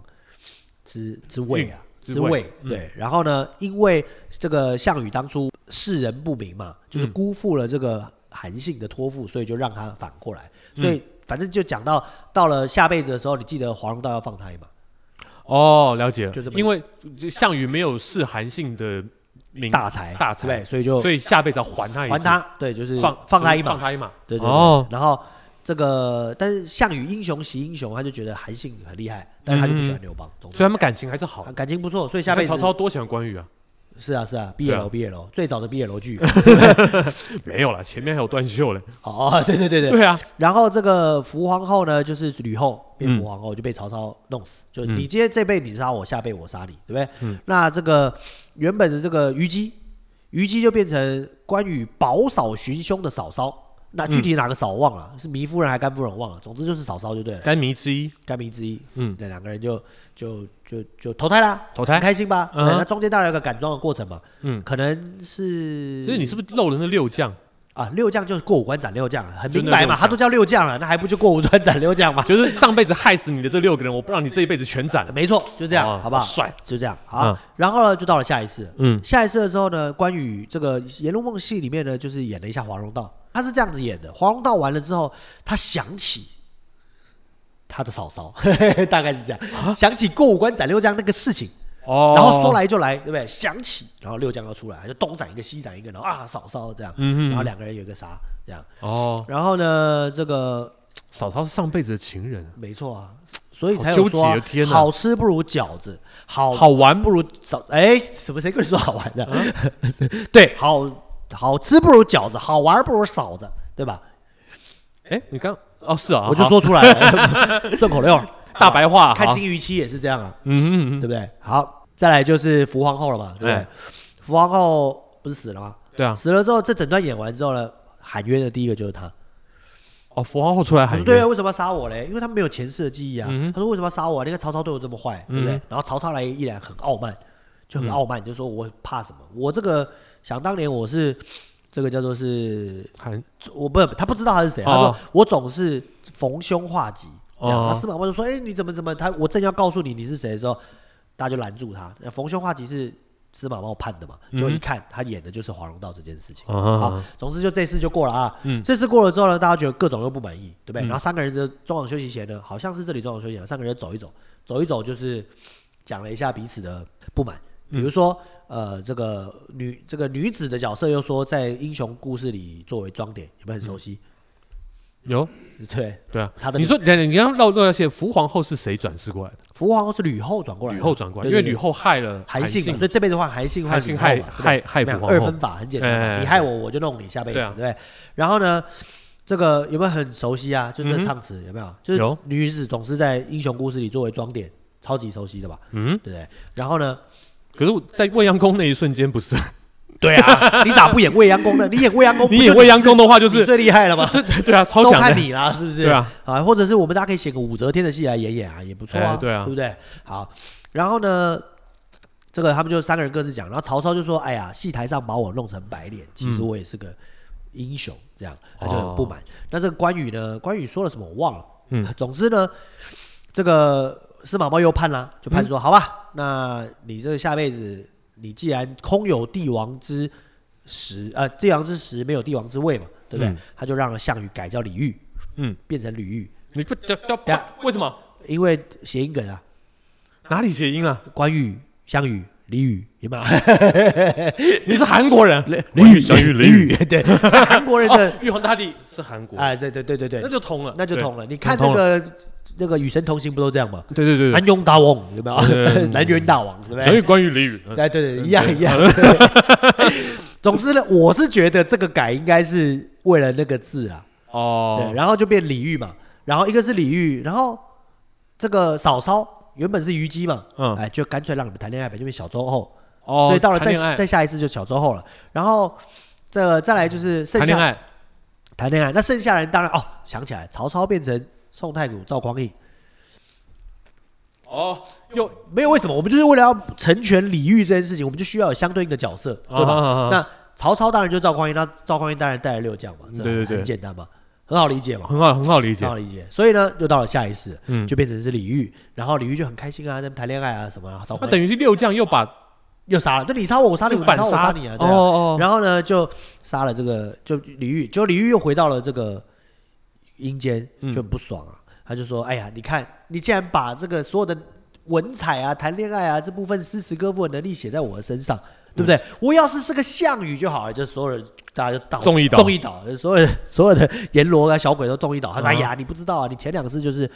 Speaker 1: 之之位啊，
Speaker 2: 嗯之
Speaker 1: 之
Speaker 2: 位
Speaker 1: 位。对，然后呢，因为这个项羽当初世人不明嘛，就是
Speaker 2: 嗯
Speaker 1: 辜负了这个韩信的托付，所以就让他反过来，
Speaker 2: 嗯
Speaker 1: 所以。反正就讲到到了下辈子的时候，你记得黄蓉道要放胎嘛？
Speaker 2: 哦，了解了
Speaker 1: 就这，么
Speaker 2: 因为项羽没有是韩信的名
Speaker 1: 大才，
Speaker 2: 大
Speaker 1: 对不
Speaker 2: 才
Speaker 1: 对，，所以就
Speaker 2: 所以下辈子要还他一次，
Speaker 1: 还他，对，就是
Speaker 2: 放
Speaker 1: 放他一马
Speaker 2: 放，他一马，
Speaker 1: 对对对
Speaker 2: 哦，
Speaker 1: 然后这个，但是项羽英雄惜英雄，他就觉得韩信很厉害，但是他就不喜欢刘邦。总
Speaker 2: 嗯所
Speaker 1: 之
Speaker 2: 以他们感情还是好。
Speaker 1: 感情不错，所以
Speaker 2: 下
Speaker 1: 下辈
Speaker 2: 面
Speaker 1: 子
Speaker 2: 曹操多喜欢关羽啊，
Speaker 1: 是啊是啊，毕
Speaker 2: 对
Speaker 1: 业
Speaker 2: 啊
Speaker 1: 楼毕业楼最早的毕业楼 剧。
Speaker 2: 没有了，前面还有段秀嘞。
Speaker 1: 哦，哦对对对对。
Speaker 2: 对啊，
Speaker 1: 然后这个扶皇后呢，就是吕后变扶皇后，就被曹操弄死。就
Speaker 2: 嗯
Speaker 1: 你今天这辈你杀我，下辈我杀你，对不对？那这个原本的这个虞姬，虞姬就变成关羽保嫂寻凶的嫂嫂。那具体哪个嫂忘
Speaker 2: 嗯
Speaker 1: 了？是糜夫人还是甘夫人忘了？总之就是嫂嫂就对了。
Speaker 2: 甘糜之一，
Speaker 1: 甘明之一，
Speaker 2: 嗯
Speaker 1: 嗯，那两个人就就就就投胎啦，
Speaker 2: 投胎
Speaker 1: 很开心吧？
Speaker 2: 嗯
Speaker 1: 对那中间当然有个赶装的过程嘛，
Speaker 2: 嗯
Speaker 1: 嗯，可能是
Speaker 2: 就是你是不是漏了那六将？
Speaker 1: 啊六将就是过五关斩六将，很
Speaker 2: 就那
Speaker 1: 明白
Speaker 2: 六
Speaker 1: 嘛，
Speaker 2: 将
Speaker 1: 他都叫六将了，那还不就过五关斩六将嘛？
Speaker 2: 就是上辈子害死你的这六个人，我不让你这一辈子全斩。
Speaker 1: 没错，就这样，
Speaker 2: 哦
Speaker 1: 好不好？
Speaker 2: 帅，
Speaker 1: 就这样好，然后呢，就到了下一次，
Speaker 2: 嗯
Speaker 1: 下一次的时候呢，关羽这个《颜如梦》戏里面呢，就是演了一下华容道，他是这样子演的。华容道完了之后，他想起他的嫂嫂， 大概是这样，想起过五关斩六将那个事情，
Speaker 2: 啊哦，
Speaker 1: 然后说来就来，对不对？想起，然后六将要出来，就东斩一个，西斩一个，然后啊，嫂嫂这样，
Speaker 2: 嗯嗯嗯
Speaker 1: 然后两个人有一个杀，这样。
Speaker 2: 哦，
Speaker 1: 然后呢，这个
Speaker 2: 嫂嫂是上辈子的情人，
Speaker 1: 没错啊，所以
Speaker 2: 好
Speaker 1: 才
Speaker 2: 纠
Speaker 1: 有说啊、
Speaker 2: 结天哪
Speaker 1: 好吃不如饺子，好
Speaker 2: 好玩
Speaker 1: 哦不如早哎，什么谁跟你说好玩的？
Speaker 2: 嗯
Speaker 1: 对，好好吃不如饺子，好玩不如嫂子，对吧？
Speaker 2: 哎，你刚哦是啊，
Speaker 1: 我就
Speaker 2: 好
Speaker 1: 说出来 了，顺口溜，
Speaker 2: 大白话，
Speaker 1: 看
Speaker 2: 好
Speaker 1: 金鱼期也是这样啊。
Speaker 2: 嗯嗯嗯，
Speaker 1: 对不对？好，再来就是福皇后了嘛，对不
Speaker 2: 哎
Speaker 1: 对？福皇后不是死了吗？
Speaker 2: 对啊，
Speaker 1: 死了之后，这整段演完之后呢，喊冤的第一个就是他。
Speaker 2: 哦，佛皇后出来
Speaker 1: 他
Speaker 2: 喊
Speaker 1: 说：“对
Speaker 2: 冤
Speaker 1: 啊，，为什么要杀我嘞？因为他没有前世的记忆啊。
Speaker 2: 嗯
Speaker 1: 他说：“为什么要杀我、啊？你看曹操对我这么坏，对不对？”然后曹操来一来很傲慢，就
Speaker 2: 嗯
Speaker 1: 很傲慢，就说：“我怕什么？我这个想当年我是这个叫做是
Speaker 2: 喊
Speaker 1: 我不他不知道他是谁，他
Speaker 2: 哦
Speaker 1: 说我总是逢凶化吉。这样，
Speaker 2: 哦
Speaker 1: 那司马光就说：“哎、你怎么怎么？”他我正要告诉你你是谁的时候，大家就拦住他。那逢凶化吉是司马光判的嘛？
Speaker 2: 嗯
Speaker 1: 就一看、他演的就是华容道这件事情。
Speaker 2: 啊
Speaker 1: 好，总之就这次就过了啊。
Speaker 2: 嗯
Speaker 1: 这次过了之后呢，大家觉得各种又不满意，对不对？然后三个人的中场休息前呢，好像是这里中场休息前，三个人走一走，走一走就是讲了一下彼此的不满。比
Speaker 2: 嗯
Speaker 1: 如说，呃，这个女这个女子的角色又说在英雄故事里作为装点，有没有很熟悉？
Speaker 2: 有
Speaker 1: 对，
Speaker 2: 对啊
Speaker 1: 他，的
Speaker 2: 你说等等，你刚刚漏漏那些福皇后是谁转世过来的？
Speaker 1: 福皇后是吕后转过来
Speaker 2: 吕
Speaker 1: 的，
Speaker 2: 后转过来，
Speaker 1: 对
Speaker 2: 因为
Speaker 1: 对
Speaker 2: 吕
Speaker 1: 对
Speaker 2: 后害了
Speaker 1: 韩信
Speaker 2: 信
Speaker 1: 嘛，所以这辈子换韩信换
Speaker 2: 韩
Speaker 1: 吕
Speaker 2: 信
Speaker 1: 后嘛，
Speaker 2: 害
Speaker 1: 对不对
Speaker 2: 害害
Speaker 1: 那
Speaker 2: 福
Speaker 1: 样
Speaker 2: 皇
Speaker 1: 二
Speaker 2: 后
Speaker 1: 分，法很简单嘛，
Speaker 2: 哎
Speaker 1: 你害我我就弄你下辈子，
Speaker 2: 对
Speaker 1: 对
Speaker 2: 啊
Speaker 1: 不对？然后呢，这个有没有很熟悉啊？就这个唱词、有没有？就是
Speaker 2: 嗯有
Speaker 1: 女子总是在英雄故事里作为装点，超级熟悉的吧？
Speaker 2: 嗯，
Speaker 1: 对不对？然后呢？
Speaker 2: 可是我在未央宫那一瞬间不是，
Speaker 1: 对啊，你咋不演未央宫呢？你演未央宫，
Speaker 2: 你演未央宫的话就
Speaker 1: 不就是你最厉害了吗？
Speaker 2: 对对对啊，超
Speaker 1: 都
Speaker 2: 强
Speaker 1: 看
Speaker 2: 的，
Speaker 1: 你啦，是不是？
Speaker 2: 对啊，
Speaker 1: 啊，或者是我们大家可以写个武则天的戏来演演啊，也不错啊，
Speaker 2: 哎对啊
Speaker 1: 对不对？好，然后呢，这个他们就三个人各自讲，然后曹操就说：“哎呀，戏台上把我弄成白脸，其实我也是个英雄。”这样他就很不满。那这个关羽呢？关羽说了什么我忘了。
Speaker 2: 哦嗯，
Speaker 1: 总之呢，这个司马光又判啦，就判说：“好吧，
Speaker 2: 嗯
Speaker 1: 那你这下辈子，你既然空有帝王之实，呃，帝王之实没有帝王之位嘛，对不对？”
Speaker 2: 嗯
Speaker 1: 他就让项羽改叫李煜，
Speaker 2: 嗯，
Speaker 1: 变成吕煜。
Speaker 2: 你不这这
Speaker 1: 等下
Speaker 2: 为什么？
Speaker 1: 因为谐音梗啊，
Speaker 2: 哪里谐音啊？
Speaker 1: 关羽、项羽、李煜，有没有？
Speaker 2: 你是韩 国人，
Speaker 1: 李
Speaker 2: 关羽
Speaker 1: 煜、
Speaker 2: 项羽、
Speaker 1: 李
Speaker 2: 李煜，
Speaker 1: 煜，对，在韩国人
Speaker 2: 哦
Speaker 1: 的，
Speaker 2: 玉皇大帝是韩国，
Speaker 1: 哎，对对对对
Speaker 2: 哦那
Speaker 1: 对，
Speaker 2: 就通了，
Speaker 1: 那就
Speaker 2: 对
Speaker 1: 通了。你看
Speaker 2: 通
Speaker 1: 那个那个《与神同行》不都这样吗？
Speaker 2: 对对对对，
Speaker 1: 南庸大王有没有
Speaker 2: 嗯？
Speaker 1: 南原大王对不
Speaker 2: 所以
Speaker 1: 对？
Speaker 2: 关于李宇，嗯
Speaker 1: 哎，对对，一样一样。 总之呢，我是觉得这个改应该是为了那个字啊，对，
Speaker 2: 哦，
Speaker 1: 然后就变李煜嘛，然后一个是李煜，然后这个嫂嫂原本是虞姬嘛，
Speaker 2: 嗯
Speaker 1: 哎，就干脆让你们谈恋爱吧，就变小周后，
Speaker 2: 哦，
Speaker 1: 所以到了
Speaker 2: 谈
Speaker 1: 再
Speaker 2: 恋爱，
Speaker 1: 再下一次就小周后了。然后这个再来就是剩
Speaker 2: 谈恋
Speaker 1: 下
Speaker 2: 爱，
Speaker 1: 谈恋爱，那剩下人当然哦，想起来曹操变成宋太祖赵匡胤，
Speaker 2: 哦，又
Speaker 1: 没有为什么，我们就是为了要成全李煜这件事情，我们就需要有相对应的角色，对吧？
Speaker 2: 啊啊啊啊
Speaker 1: 那曹操当然就赵匡胤，那赵匡胤当然带了六将嘛，这
Speaker 2: 对对对
Speaker 1: 很简单嘛，很好理解嘛，
Speaker 2: 很好，很好理解
Speaker 1: 很好。理解。所以呢，又到了下一世，
Speaker 2: 嗯
Speaker 1: 就变成是李煜，然后李煜就很开心啊，在那边谈恋爱啊什么啊，赵
Speaker 2: 那
Speaker 1: 匡胤
Speaker 2: 等于是六将又把
Speaker 1: 又杀了，就你杀我，我杀你，
Speaker 2: 就
Speaker 1: 你
Speaker 2: 反
Speaker 1: 杀我，我
Speaker 2: 杀
Speaker 1: 杀你啊，对
Speaker 2: 哦
Speaker 1: 啊。
Speaker 2: 哦，哦
Speaker 1: 然后呢，就杀了这个，就李煜，就李煜又回到了这个阴间，
Speaker 2: 嗯
Speaker 1: 就很不爽啊。他就说：“哎呀，你看，你竟然把这个所有的文采啊、谈恋爱啊这部分诗词歌赋的能力写在我的身
Speaker 2: 嗯
Speaker 1: 上，对不对？我要是是个项羽就好了，就所有人大家就倒
Speaker 2: 众议倒
Speaker 1: 众议倒，就所有的所有的阎罗啊、小鬼都众议倒。他说：
Speaker 2: 啊
Speaker 1: 哎呀，你不知道啊，你前两次就是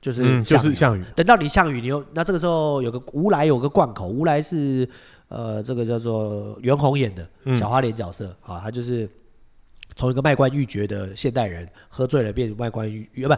Speaker 1: 就是、
Speaker 2: 嗯，就是项羽，
Speaker 1: 等到你项羽，你又那这个时候有个吴来有个贯口，吴来是呃这个叫做袁弘演的
Speaker 2: 嗯
Speaker 1: 小花脸角色、啊，他就是从一个卖官鬻爵的现代人喝醉了变成卖官鬻呃不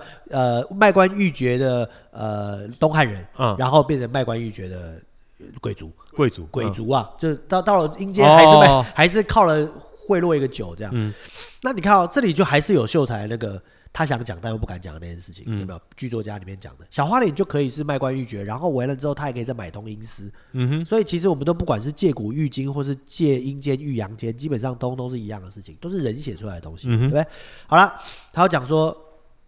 Speaker 1: 呃卖官鬻爵的呃东汉人，
Speaker 2: 嗯
Speaker 1: 然后变成卖官鬻爵的呃贵族，
Speaker 2: 贵族，
Speaker 1: 鬼
Speaker 2: 嗯，
Speaker 1: 族啊，就是到到了阴间还是卖、
Speaker 2: 哦
Speaker 1: 还是靠了贿赂一个酒这样。
Speaker 2: 嗯
Speaker 1: 那你看哦，这里就还是有秀才那个他想讲但又不敢讲的那件事情，
Speaker 2: 嗯
Speaker 1: 有没有？剧作家里面讲的小花脸就可以是卖官鬻爵，然后完了之后他也可以再买通阴司。
Speaker 2: 嗯哼，
Speaker 1: 所以其实我们都不管是借古喻今，或是借阴间喻阳间，基本上通通是一样的事情，都是人写出来的东西，
Speaker 2: 嗯
Speaker 1: 对
Speaker 2: 哼
Speaker 1: 不对？好了，他要讲说。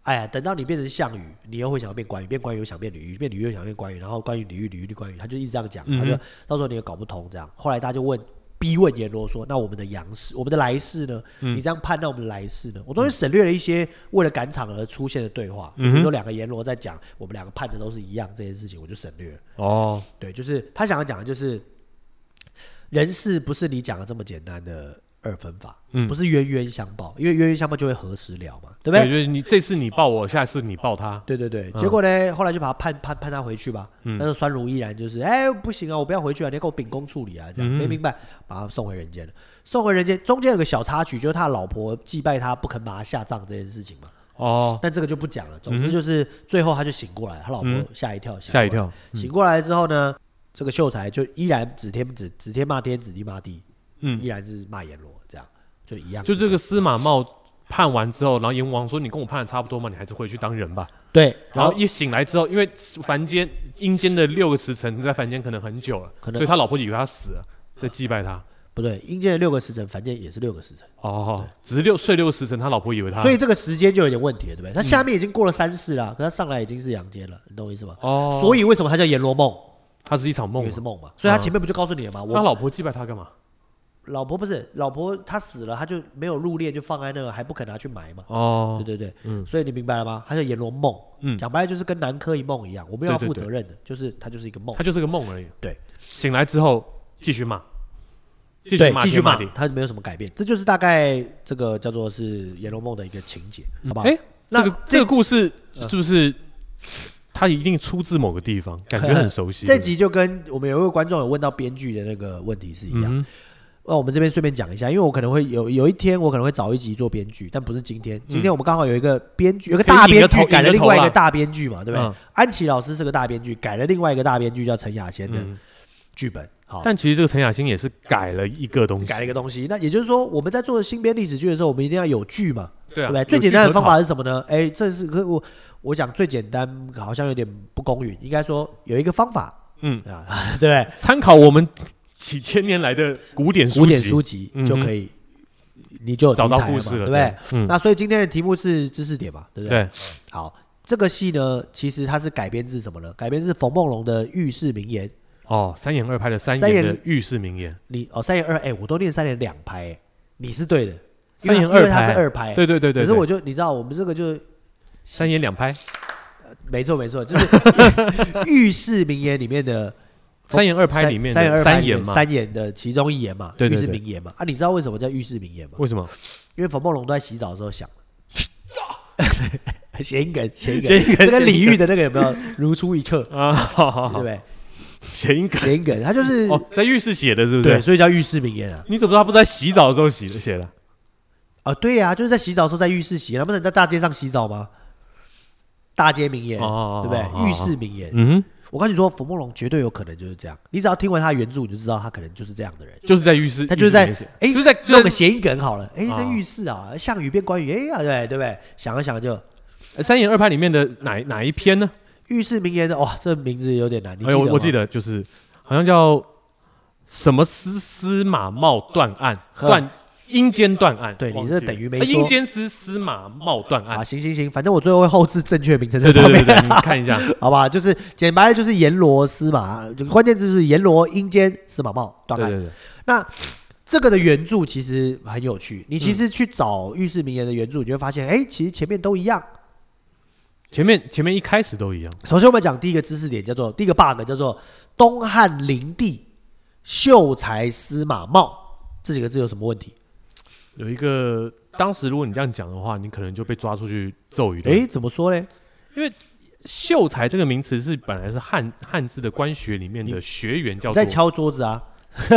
Speaker 1: 哎呀，等到你变成项羽，你又会想要变关羽，变关羽又想变吕玉，变吕玉又想变关羽，然后关羽、吕玉、吕玉、关羽，他就一直这样讲，
Speaker 2: 嗯
Speaker 1: 他
Speaker 2: 哼
Speaker 1: 就到时候你也搞不通这样。后来大家就问，逼问阎罗说：“那我们的杨氏，我们的来世呢？
Speaker 2: 嗯
Speaker 1: 你这样判断我们的来世呢？”我中间省略了一些为了赶场而出现的对话，
Speaker 2: 嗯
Speaker 1: 就比如说两个阎罗在讲我们两个判的都是一样这件事情，我就省略了。
Speaker 2: 哦，
Speaker 1: 对，就是他想要讲的就是，人事不是你讲的这么简单的二分法，
Speaker 2: 嗯
Speaker 1: 不是冤冤相报，因为冤冤相报就会何时了嘛，对不
Speaker 2: 对，
Speaker 1: 对？
Speaker 2: 就是你这次你抱我，下次你抱他，
Speaker 1: 对对对，结果呢，后来就把他判判判他回去吧。
Speaker 2: 嗯
Speaker 1: 但是酸如依然就是，哎，不行啊，我不要回去啊，你要给我秉公处理啊，这样、
Speaker 2: 嗯
Speaker 1: 没明白，把他送回人间了。送回人间，中间有个小插曲，就是他老婆祭拜他，不肯把他下葬这件事情嘛。
Speaker 2: 哦，
Speaker 1: 但这个就不讲了。总之就是最后他就醒过来，他老婆
Speaker 2: 嗯
Speaker 1: 吓一跳，醒过
Speaker 2: 吓
Speaker 1: 来
Speaker 2: 一跳，嗯
Speaker 1: 醒过来之后呢，这个秀才就依然指天指指天骂天，指地骂地，
Speaker 2: 嗯
Speaker 1: 依，然是骂阎罗，这样就一样。
Speaker 2: 就这个司马茂判完之后，然后阎王说：“你跟我判的差不多嘛，你还是回去当人吧。”
Speaker 1: 对，然
Speaker 2: 然后
Speaker 1: 后
Speaker 2: 一醒来之后，因为凡间阴间的六个时辰在凡间可能很久了，
Speaker 1: 可能
Speaker 2: 所以他老婆以为他死了，在祭拜他。
Speaker 1: 不对，阴间的六个时辰，凡间也是六个时辰，
Speaker 2: 哦，只是六睡六个时辰，他老婆以为他
Speaker 1: 所以这个时间就有点问题了，对不
Speaker 2: 嗯
Speaker 1: 对？他下面已经过了三世了，可他上来已经是阳间了，你懂我意思吗？
Speaker 2: 哦，嗯
Speaker 1: 所以为什么他叫阎罗梦？
Speaker 2: 他是一场
Speaker 1: 因
Speaker 2: 梦
Speaker 1: 为
Speaker 2: 嘛。
Speaker 1: 是梦嘛，所以他前面不就告诉你了吗？
Speaker 2: 那
Speaker 1: 我
Speaker 2: 老婆祭拜他干嘛？
Speaker 1: 老婆不是老婆，她死了，她就没有入殓，就放在那，还不肯拿去埋嘛。
Speaker 2: 哦，
Speaker 1: 对对对，所以你明白了吗？他叫阎罗梦，
Speaker 2: 嗯
Speaker 1: 讲白了就是跟南柯一梦一样，我们要
Speaker 2: 对对
Speaker 1: 负
Speaker 2: 对
Speaker 1: 责任的，就是他就是一个梦
Speaker 2: 他，就是个梦而已。
Speaker 1: 对，
Speaker 2: 醒来之后继续骂，继续
Speaker 1: 对
Speaker 2: 骂，，
Speaker 1: 继续
Speaker 2: 天
Speaker 1: 骂
Speaker 2: 地。，
Speaker 1: 他没有什么改变，这就是大概这个叫做是阎罗梦的一个情节，好不好？
Speaker 2: 哎，
Speaker 1: 那嗯
Speaker 2: 这个这个故事是不是他一定出自某个 地方？感觉很熟悉。
Speaker 1: 这集就跟我们有一位观众有问到编剧的那个问题是一样。
Speaker 2: 嗯
Speaker 1: 那、我们这边顺便讲一下，因为我可能会有有一天，我可能会找一集做编剧，但不是今
Speaker 2: 嗯
Speaker 1: 天。今天我们刚好有一个编剧，有个
Speaker 2: 可以
Speaker 1: 大
Speaker 2: 引
Speaker 1: 编
Speaker 2: 个
Speaker 1: 剧
Speaker 2: 头
Speaker 1: 改了
Speaker 2: 引个
Speaker 1: 另外一
Speaker 2: 头
Speaker 1: 个
Speaker 2: 啦
Speaker 1: 大编剧嘛，对不对？
Speaker 2: 嗯
Speaker 1: 安琪老师是个大编剧，改了另外一个大编剧叫陈雅贤的
Speaker 2: 嗯
Speaker 1: 剧本。好，啊
Speaker 2: 但其实这个陈雅欣也是改了一个东西，
Speaker 1: 改了一个东西。那也就是说，我们在做新编历史剧的时候，我们一定要有剧嘛，
Speaker 2: 对啊，
Speaker 1: 不对？
Speaker 2: 有
Speaker 1: 最简
Speaker 2: 据
Speaker 1: 单
Speaker 2: 可
Speaker 1: 的方
Speaker 2: 考
Speaker 1: 法是什么呢？哎，这是可我我讲最简单，好像有点不公允。应该说有一个方法，
Speaker 2: 嗯
Speaker 1: 啊， 对不对？
Speaker 2: 参考我们几千年来的古典书
Speaker 1: 古典
Speaker 2: 籍，
Speaker 1: 书籍
Speaker 2: 嗯哼
Speaker 1: 就可以，你就有题
Speaker 2: 找
Speaker 1: 材
Speaker 2: 到
Speaker 1: 嘛
Speaker 2: 故事
Speaker 1: 对
Speaker 2: 了，
Speaker 1: 不对？？
Speaker 2: 嗯，
Speaker 1: 那所以今天的题目是知识点嘛，对不对？
Speaker 2: 对，
Speaker 1: 好，这个戏呢，其实它是改编自什么呢？改编自冯梦龙的寓世名言。
Speaker 2: 哦，三言二拍的三
Speaker 1: 三
Speaker 2: 言
Speaker 1: 言
Speaker 2: 的寓式名言，
Speaker 1: 你哦，三言二，哎，我都念三言两拍，哎你是对的，因
Speaker 2: 三
Speaker 1: 为
Speaker 2: 言
Speaker 1: 因为
Speaker 2: 二
Speaker 1: 它
Speaker 2: 拍，
Speaker 1: 是二拍，
Speaker 2: 对对对对，
Speaker 1: 可是
Speaker 2: 对
Speaker 1: 我就你知道，我们这个就
Speaker 2: 三言两拍，
Speaker 1: 没错没错， 就是寓世名言里面的
Speaker 2: 三言二拍
Speaker 1: 三
Speaker 2: 里面
Speaker 1: 三言
Speaker 2: 的
Speaker 1: 二拍
Speaker 2: 三
Speaker 1: 里面
Speaker 2: 言嘛，
Speaker 1: 三言的其中一言嘛，
Speaker 2: 对对
Speaker 1: 寓世
Speaker 2: 对
Speaker 1: 名言嘛。啊，你知道为什么叫寓世名言吗？
Speaker 2: 为什么？
Speaker 1: 因为冯梦龙都在洗澡的时候想。 谐音梗，谐音
Speaker 2: 谐音
Speaker 1: 梗，
Speaker 2: 梗
Speaker 1: 这跟
Speaker 2: 谐音
Speaker 1: 李煜的那个有没有如出一辙？
Speaker 2: 啊，好好
Speaker 1: 对不
Speaker 2: 好，
Speaker 1: 对？
Speaker 2: 谐音梗
Speaker 1: 谐音梗，他就是
Speaker 2: 哦，在浴室写的，是不
Speaker 1: 对，
Speaker 2: 是？
Speaker 1: 所以叫浴室名言啊。
Speaker 2: 你怎么知道他不是在洗澡的时候写的写的？
Speaker 1: 啊，对呀，就是在洗澡的时候在浴室洗，那不是你在大街上洗澡吗？大街名言，
Speaker 2: 哦
Speaker 1: 对不
Speaker 2: 哦哦
Speaker 1: 对？浴室名言，
Speaker 2: 嗯，
Speaker 1: 我跟你说，冯梦龙绝对有可能就是这样。你只要听完他的原著，你就知道他可能就是这样的人。
Speaker 2: 就是在浴室，
Speaker 1: 他就是在
Speaker 2: 浴室里面
Speaker 1: 哎
Speaker 2: 写就是在
Speaker 1: 弄
Speaker 2: 就
Speaker 1: 个
Speaker 2: 是
Speaker 1: 谐音梗好了，哎，
Speaker 2: 啊
Speaker 1: 这浴室啊，项羽变关羽，哎呀，对对不对？想了想就
Speaker 2: 三言二拍里面的哪哪一篇呢？
Speaker 1: 浴室名言的，哇，这名字有点难，你
Speaker 2: 哎
Speaker 1: 记
Speaker 2: 呦，
Speaker 1: 得
Speaker 2: 我我记
Speaker 1: 得
Speaker 2: 得就是好像叫什么司司马茂断案，
Speaker 1: 呵
Speaker 2: 断阴间断案，
Speaker 1: 对
Speaker 2: 忘
Speaker 1: 你
Speaker 2: 记
Speaker 1: 这等于没
Speaker 2: 了啊阴
Speaker 1: 说
Speaker 2: 间司司马茂断案
Speaker 1: 啊。，行行行，反正我最后会后置正确名称在
Speaker 2: 对对
Speaker 1: 上
Speaker 2: 对
Speaker 1: 面，
Speaker 2: 对，对你看一下，
Speaker 1: 好吧？就是简白的就是阎罗司马，就关键字就是阎罗阴间司马茂
Speaker 2: 对
Speaker 1: 断
Speaker 2: 对
Speaker 1: 案。
Speaker 2: 对，
Speaker 1: 那这个的原著其实很有趣，你其实去找御史名言的原著，你就会发现，哎、其实前面都一样。
Speaker 2: 前面前面一开始都一样，
Speaker 1: 首先，我们讲第一个知识点，叫做第一个 bug，叫做东汉灵帝秀才司马茂这几个字有什么问题？
Speaker 2: 有一个当时如果你这样讲的话，你可能就被抓出去揍一顿。
Speaker 1: 哎、怎么说嘞？
Speaker 2: 秀才这个名词是本来是汉汉字的官学里面的学员叫
Speaker 1: 你
Speaker 2: 做
Speaker 1: 在敲桌子啊？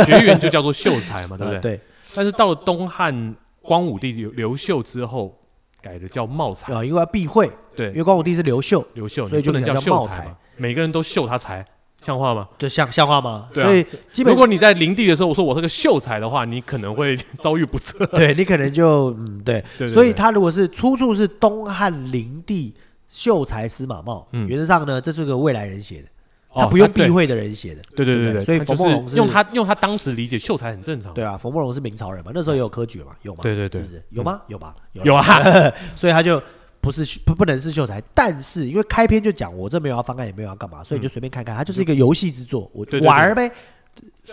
Speaker 2: 学员就叫做秀才嘛，对不
Speaker 1: 呃
Speaker 2: 对？
Speaker 1: 对，
Speaker 2: 但是到了东汉光武帝刘刘秀之后，改的叫茂才，
Speaker 1: 呃，因为要避讳，因
Speaker 2: 对，
Speaker 1: 为光武帝是刘秀，
Speaker 2: 刘秀，
Speaker 1: 所以
Speaker 2: 你不
Speaker 1: 就
Speaker 2: 能
Speaker 1: 讲
Speaker 2: 叫
Speaker 1: 叫
Speaker 2: 秀
Speaker 1: 茂
Speaker 2: 才
Speaker 1: 才
Speaker 2: 嘛，每个人都秀他才，像话吗？
Speaker 1: 就像像话吗？
Speaker 2: 对啊
Speaker 1: 所以基本
Speaker 2: 如果你在灵地的时候我说我是个秀才的话，你可能会 遭遇不测。
Speaker 1: 对你可能就嗯对，
Speaker 2: 对对
Speaker 1: 所以
Speaker 2: 对
Speaker 1: 他如果是出处是东汉灵帝秀才司马茂，
Speaker 2: 嗯
Speaker 1: 原则上呢，这是个未来人写的，
Speaker 2: 哦
Speaker 1: 他不用
Speaker 2: 对
Speaker 1: 避讳的人写的，
Speaker 2: 对对对
Speaker 1: 对
Speaker 2: 对，
Speaker 1: 所以
Speaker 2: 他
Speaker 1: 冯梦
Speaker 2: 就
Speaker 1: 龙
Speaker 2: 是
Speaker 1: 是
Speaker 2: 用他用他当时理解秀才很正常。
Speaker 1: 对啊，冯梦龙是明朝人嘛，那时候也有科举嘛，有吗？
Speaker 2: 对对对
Speaker 1: 是不是有吗？有吧，有
Speaker 2: 有
Speaker 1: 啦，
Speaker 2: 啊，
Speaker 1: 所以他就不是不不能是秀才，但是因为开篇就讲我这没有要翻案，也没有要干嘛，所以你就随便看看，它就是一个游戏之作，我
Speaker 2: 嗯对对对
Speaker 1: 玩儿呗，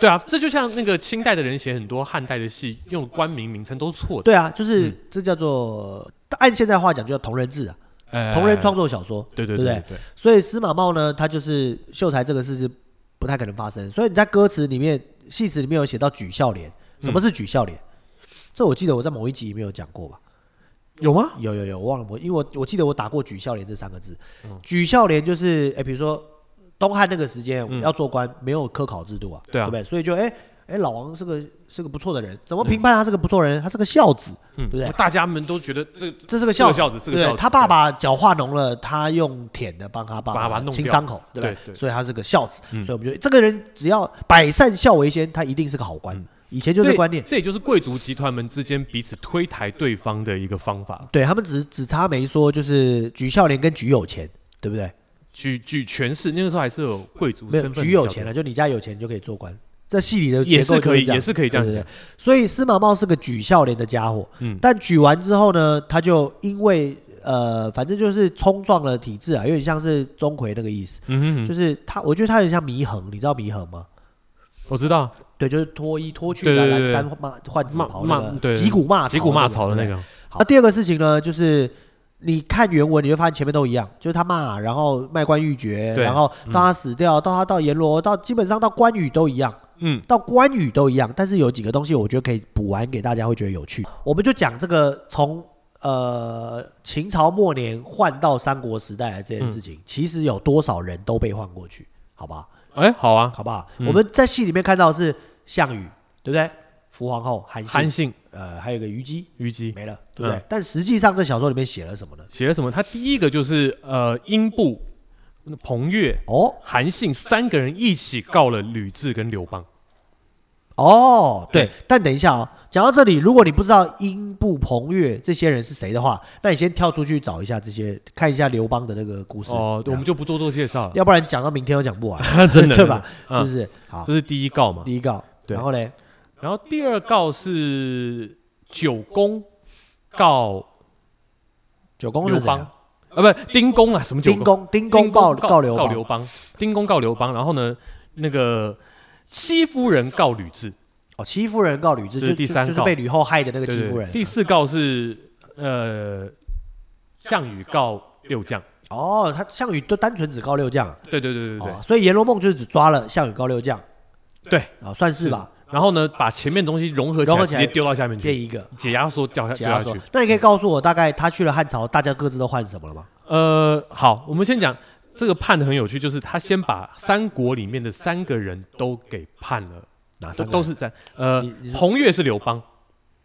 Speaker 2: 对啊，这就像那个清代的人写很多汉代的戏，用官名名称都是错的。
Speaker 1: 对啊，就是
Speaker 2: 嗯
Speaker 1: 这叫做按现在话讲就叫同人志啊，
Speaker 2: 呃
Speaker 1: 同人创作小说，
Speaker 2: 对对
Speaker 1: 对不
Speaker 2: 对
Speaker 1: 对所以司马茂呢，他就是秀才这个事是不太可能发生。所以你在歌词里面、戏词里面有写到举孝廉，什
Speaker 2: 嗯
Speaker 1: 么是举孝廉？这我记得我在某一集里面有讲过吧？
Speaker 2: 有吗？
Speaker 1: 有有有，我忘了我，因为我我记得我打过举孝廉这三个字。
Speaker 2: 嗯
Speaker 1: 举孝廉就是，哎，比如说东汉那个时间
Speaker 2: 嗯
Speaker 1: 要做官，没有科考制度啊，
Speaker 2: 对啊
Speaker 1: 不对？所以就哎哎，老王是个是个不错的人，怎么评判他是个不错人？他是个孝子，
Speaker 2: 嗯
Speaker 1: 对不对？
Speaker 2: 大家们都觉得这
Speaker 1: 这是个孝
Speaker 2: 是个孝子是个
Speaker 1: 对
Speaker 2: 孝子
Speaker 1: 他爸爸脚化脓了，他用舔的帮他爸
Speaker 2: 把它弄掉
Speaker 1: 清伤口，对不对？
Speaker 2: 对对
Speaker 1: 所以他是个孝子，
Speaker 2: 嗯
Speaker 1: 所以我们觉得这个人只要百善孝为先，他一定是个好官。
Speaker 2: 嗯
Speaker 1: 以前就
Speaker 2: 这
Speaker 1: 是观念，
Speaker 2: 这也就是贵族集团们之间彼此推抬对方的一个方法。
Speaker 1: 对他们只只差没说就是举孝廉跟举有钱，对不对？
Speaker 2: 举举权势，那个时候还是有贵族
Speaker 1: 没
Speaker 2: 身
Speaker 1: 有
Speaker 2: 份的
Speaker 1: 举有钱
Speaker 2: 角
Speaker 1: 了，
Speaker 2: 度，
Speaker 1: 就你家有钱就可以做官。这戏里的
Speaker 2: 也
Speaker 1: 结
Speaker 2: 是
Speaker 1: 构就
Speaker 2: 可以，
Speaker 1: 这样
Speaker 2: 也是可以这样
Speaker 1: 对对
Speaker 2: 讲
Speaker 1: 对。所以司马茂是个举孝廉的家伙，
Speaker 2: 嗯
Speaker 1: 但举完之后呢，他就因为呃，反正就是冲撞了体制啊，有点像是钟馗那个意思。
Speaker 2: 嗯哼哼
Speaker 1: 就是他，我觉得他有点像祢衡，你知道祢衡吗？
Speaker 2: 我知道，
Speaker 1: 对，就是脱衣脱去
Speaker 2: 对
Speaker 1: 的
Speaker 2: 对对
Speaker 1: 蓝衫骂换紫
Speaker 2: 骂
Speaker 1: 袍
Speaker 2: 骂
Speaker 1: 那个
Speaker 2: 对
Speaker 1: 击鼓骂
Speaker 2: 击鼓骂
Speaker 1: 曹
Speaker 2: 曹的那。
Speaker 1: 对
Speaker 2: 个，
Speaker 1: 好，那第二个事情呢，就是你看原文，你会发现前面都一样，就是他骂，然后卖官鬻爵，
Speaker 2: 对
Speaker 1: 然后到他死掉，到他到阎罗，到基本上到关羽都一样，
Speaker 2: 嗯，
Speaker 1: 到关羽都一样。但是有几个东西，我觉得可以补完给大家，会觉得有趣。我们就讲这个从。呃，秦朝末年换到三国时代的这
Speaker 2: 嗯
Speaker 1: 件事情，其实有多少人都被换过去，好吧？
Speaker 2: 哎，好啊，
Speaker 1: 好不好？
Speaker 2: 嗯
Speaker 1: 我们在戏里面看到的是项羽，对不对？福皇后韩
Speaker 2: 韩
Speaker 1: 信，
Speaker 2: 信、
Speaker 1: 呃，还有一个虞姬
Speaker 2: 虞姬
Speaker 1: 没了，对不对？
Speaker 2: 嗯
Speaker 1: 但实际上这小说里面写了什么呢？
Speaker 2: 写了什么？他第一个就是呃，英布、彭越、
Speaker 1: 哦
Speaker 2: 韩信三个人一起告了吕雉跟刘邦。
Speaker 1: 哦，对
Speaker 2: 对。
Speaker 1: 但等一下哦，讲到这里，如果你不知道英布、彭越这些人是谁的话，那你先跳出去找一下这些，看一下刘邦的那个故事
Speaker 2: 哦，我
Speaker 1: 这样
Speaker 2: 们就不多做介绍了，
Speaker 1: 要不然讲到明天都讲不完，
Speaker 2: 真 的
Speaker 1: 对吧？
Speaker 2: 真
Speaker 1: 是
Speaker 2: 的
Speaker 1: 不是？好
Speaker 2: 这，是第一告嘛。
Speaker 1: 第一个，哦
Speaker 2: 对
Speaker 1: 然后嘞，
Speaker 2: 然后第二告是九公告
Speaker 1: 九公
Speaker 2: 刘
Speaker 1: 是谁
Speaker 2: 邦
Speaker 1: 啊？
Speaker 2: 啊，不，丁公啊，什么九
Speaker 1: 丁公，丁公
Speaker 2: 告
Speaker 1: 告告刘
Speaker 2: 告
Speaker 1: 邦
Speaker 2: 刘，邦，丁公告刘邦。然后呢，那个戚夫人告吕雉，
Speaker 1: 哦，戚夫人告吕雉，
Speaker 2: 这是
Speaker 1: 就
Speaker 2: 第
Speaker 1: 就
Speaker 2: 三
Speaker 1: 就是
Speaker 2: 告
Speaker 1: 被吕后害的那个
Speaker 2: 对
Speaker 1: 戚
Speaker 2: 对
Speaker 1: 夫人
Speaker 2: 对。。第四告是呃项羽告六将，
Speaker 1: 哦，他项羽都单纯只高六将啊，
Speaker 2: 对对对对对
Speaker 1: 哦，所以《阎罗梦》就是只抓了项羽高六将
Speaker 2: 对。
Speaker 1: 啊，算是吧，
Speaker 2: 然后呢，把前面的东西融合起
Speaker 1: 融
Speaker 2: 来，
Speaker 1: 合
Speaker 2: 直
Speaker 1: 起
Speaker 2: 接
Speaker 1: 来
Speaker 2: 丢到下面
Speaker 1: 这
Speaker 2: 去，
Speaker 1: 一个。
Speaker 2: 解压缩掉下
Speaker 1: 解
Speaker 2: 掉
Speaker 1: 压
Speaker 2: 下
Speaker 1: 缩
Speaker 2: 啊去。，
Speaker 1: 那你可以告诉我，大概他去了汉朝，大家各自都换什么了吗？
Speaker 2: 呃，好，我们先讲这个判的很有趣，就是他先把三国里面的三个人都给判了，
Speaker 1: 哪
Speaker 2: 都
Speaker 1: 啊三个人？
Speaker 2: 都是在呃
Speaker 1: 你你，说
Speaker 2: 彭越是刘邦，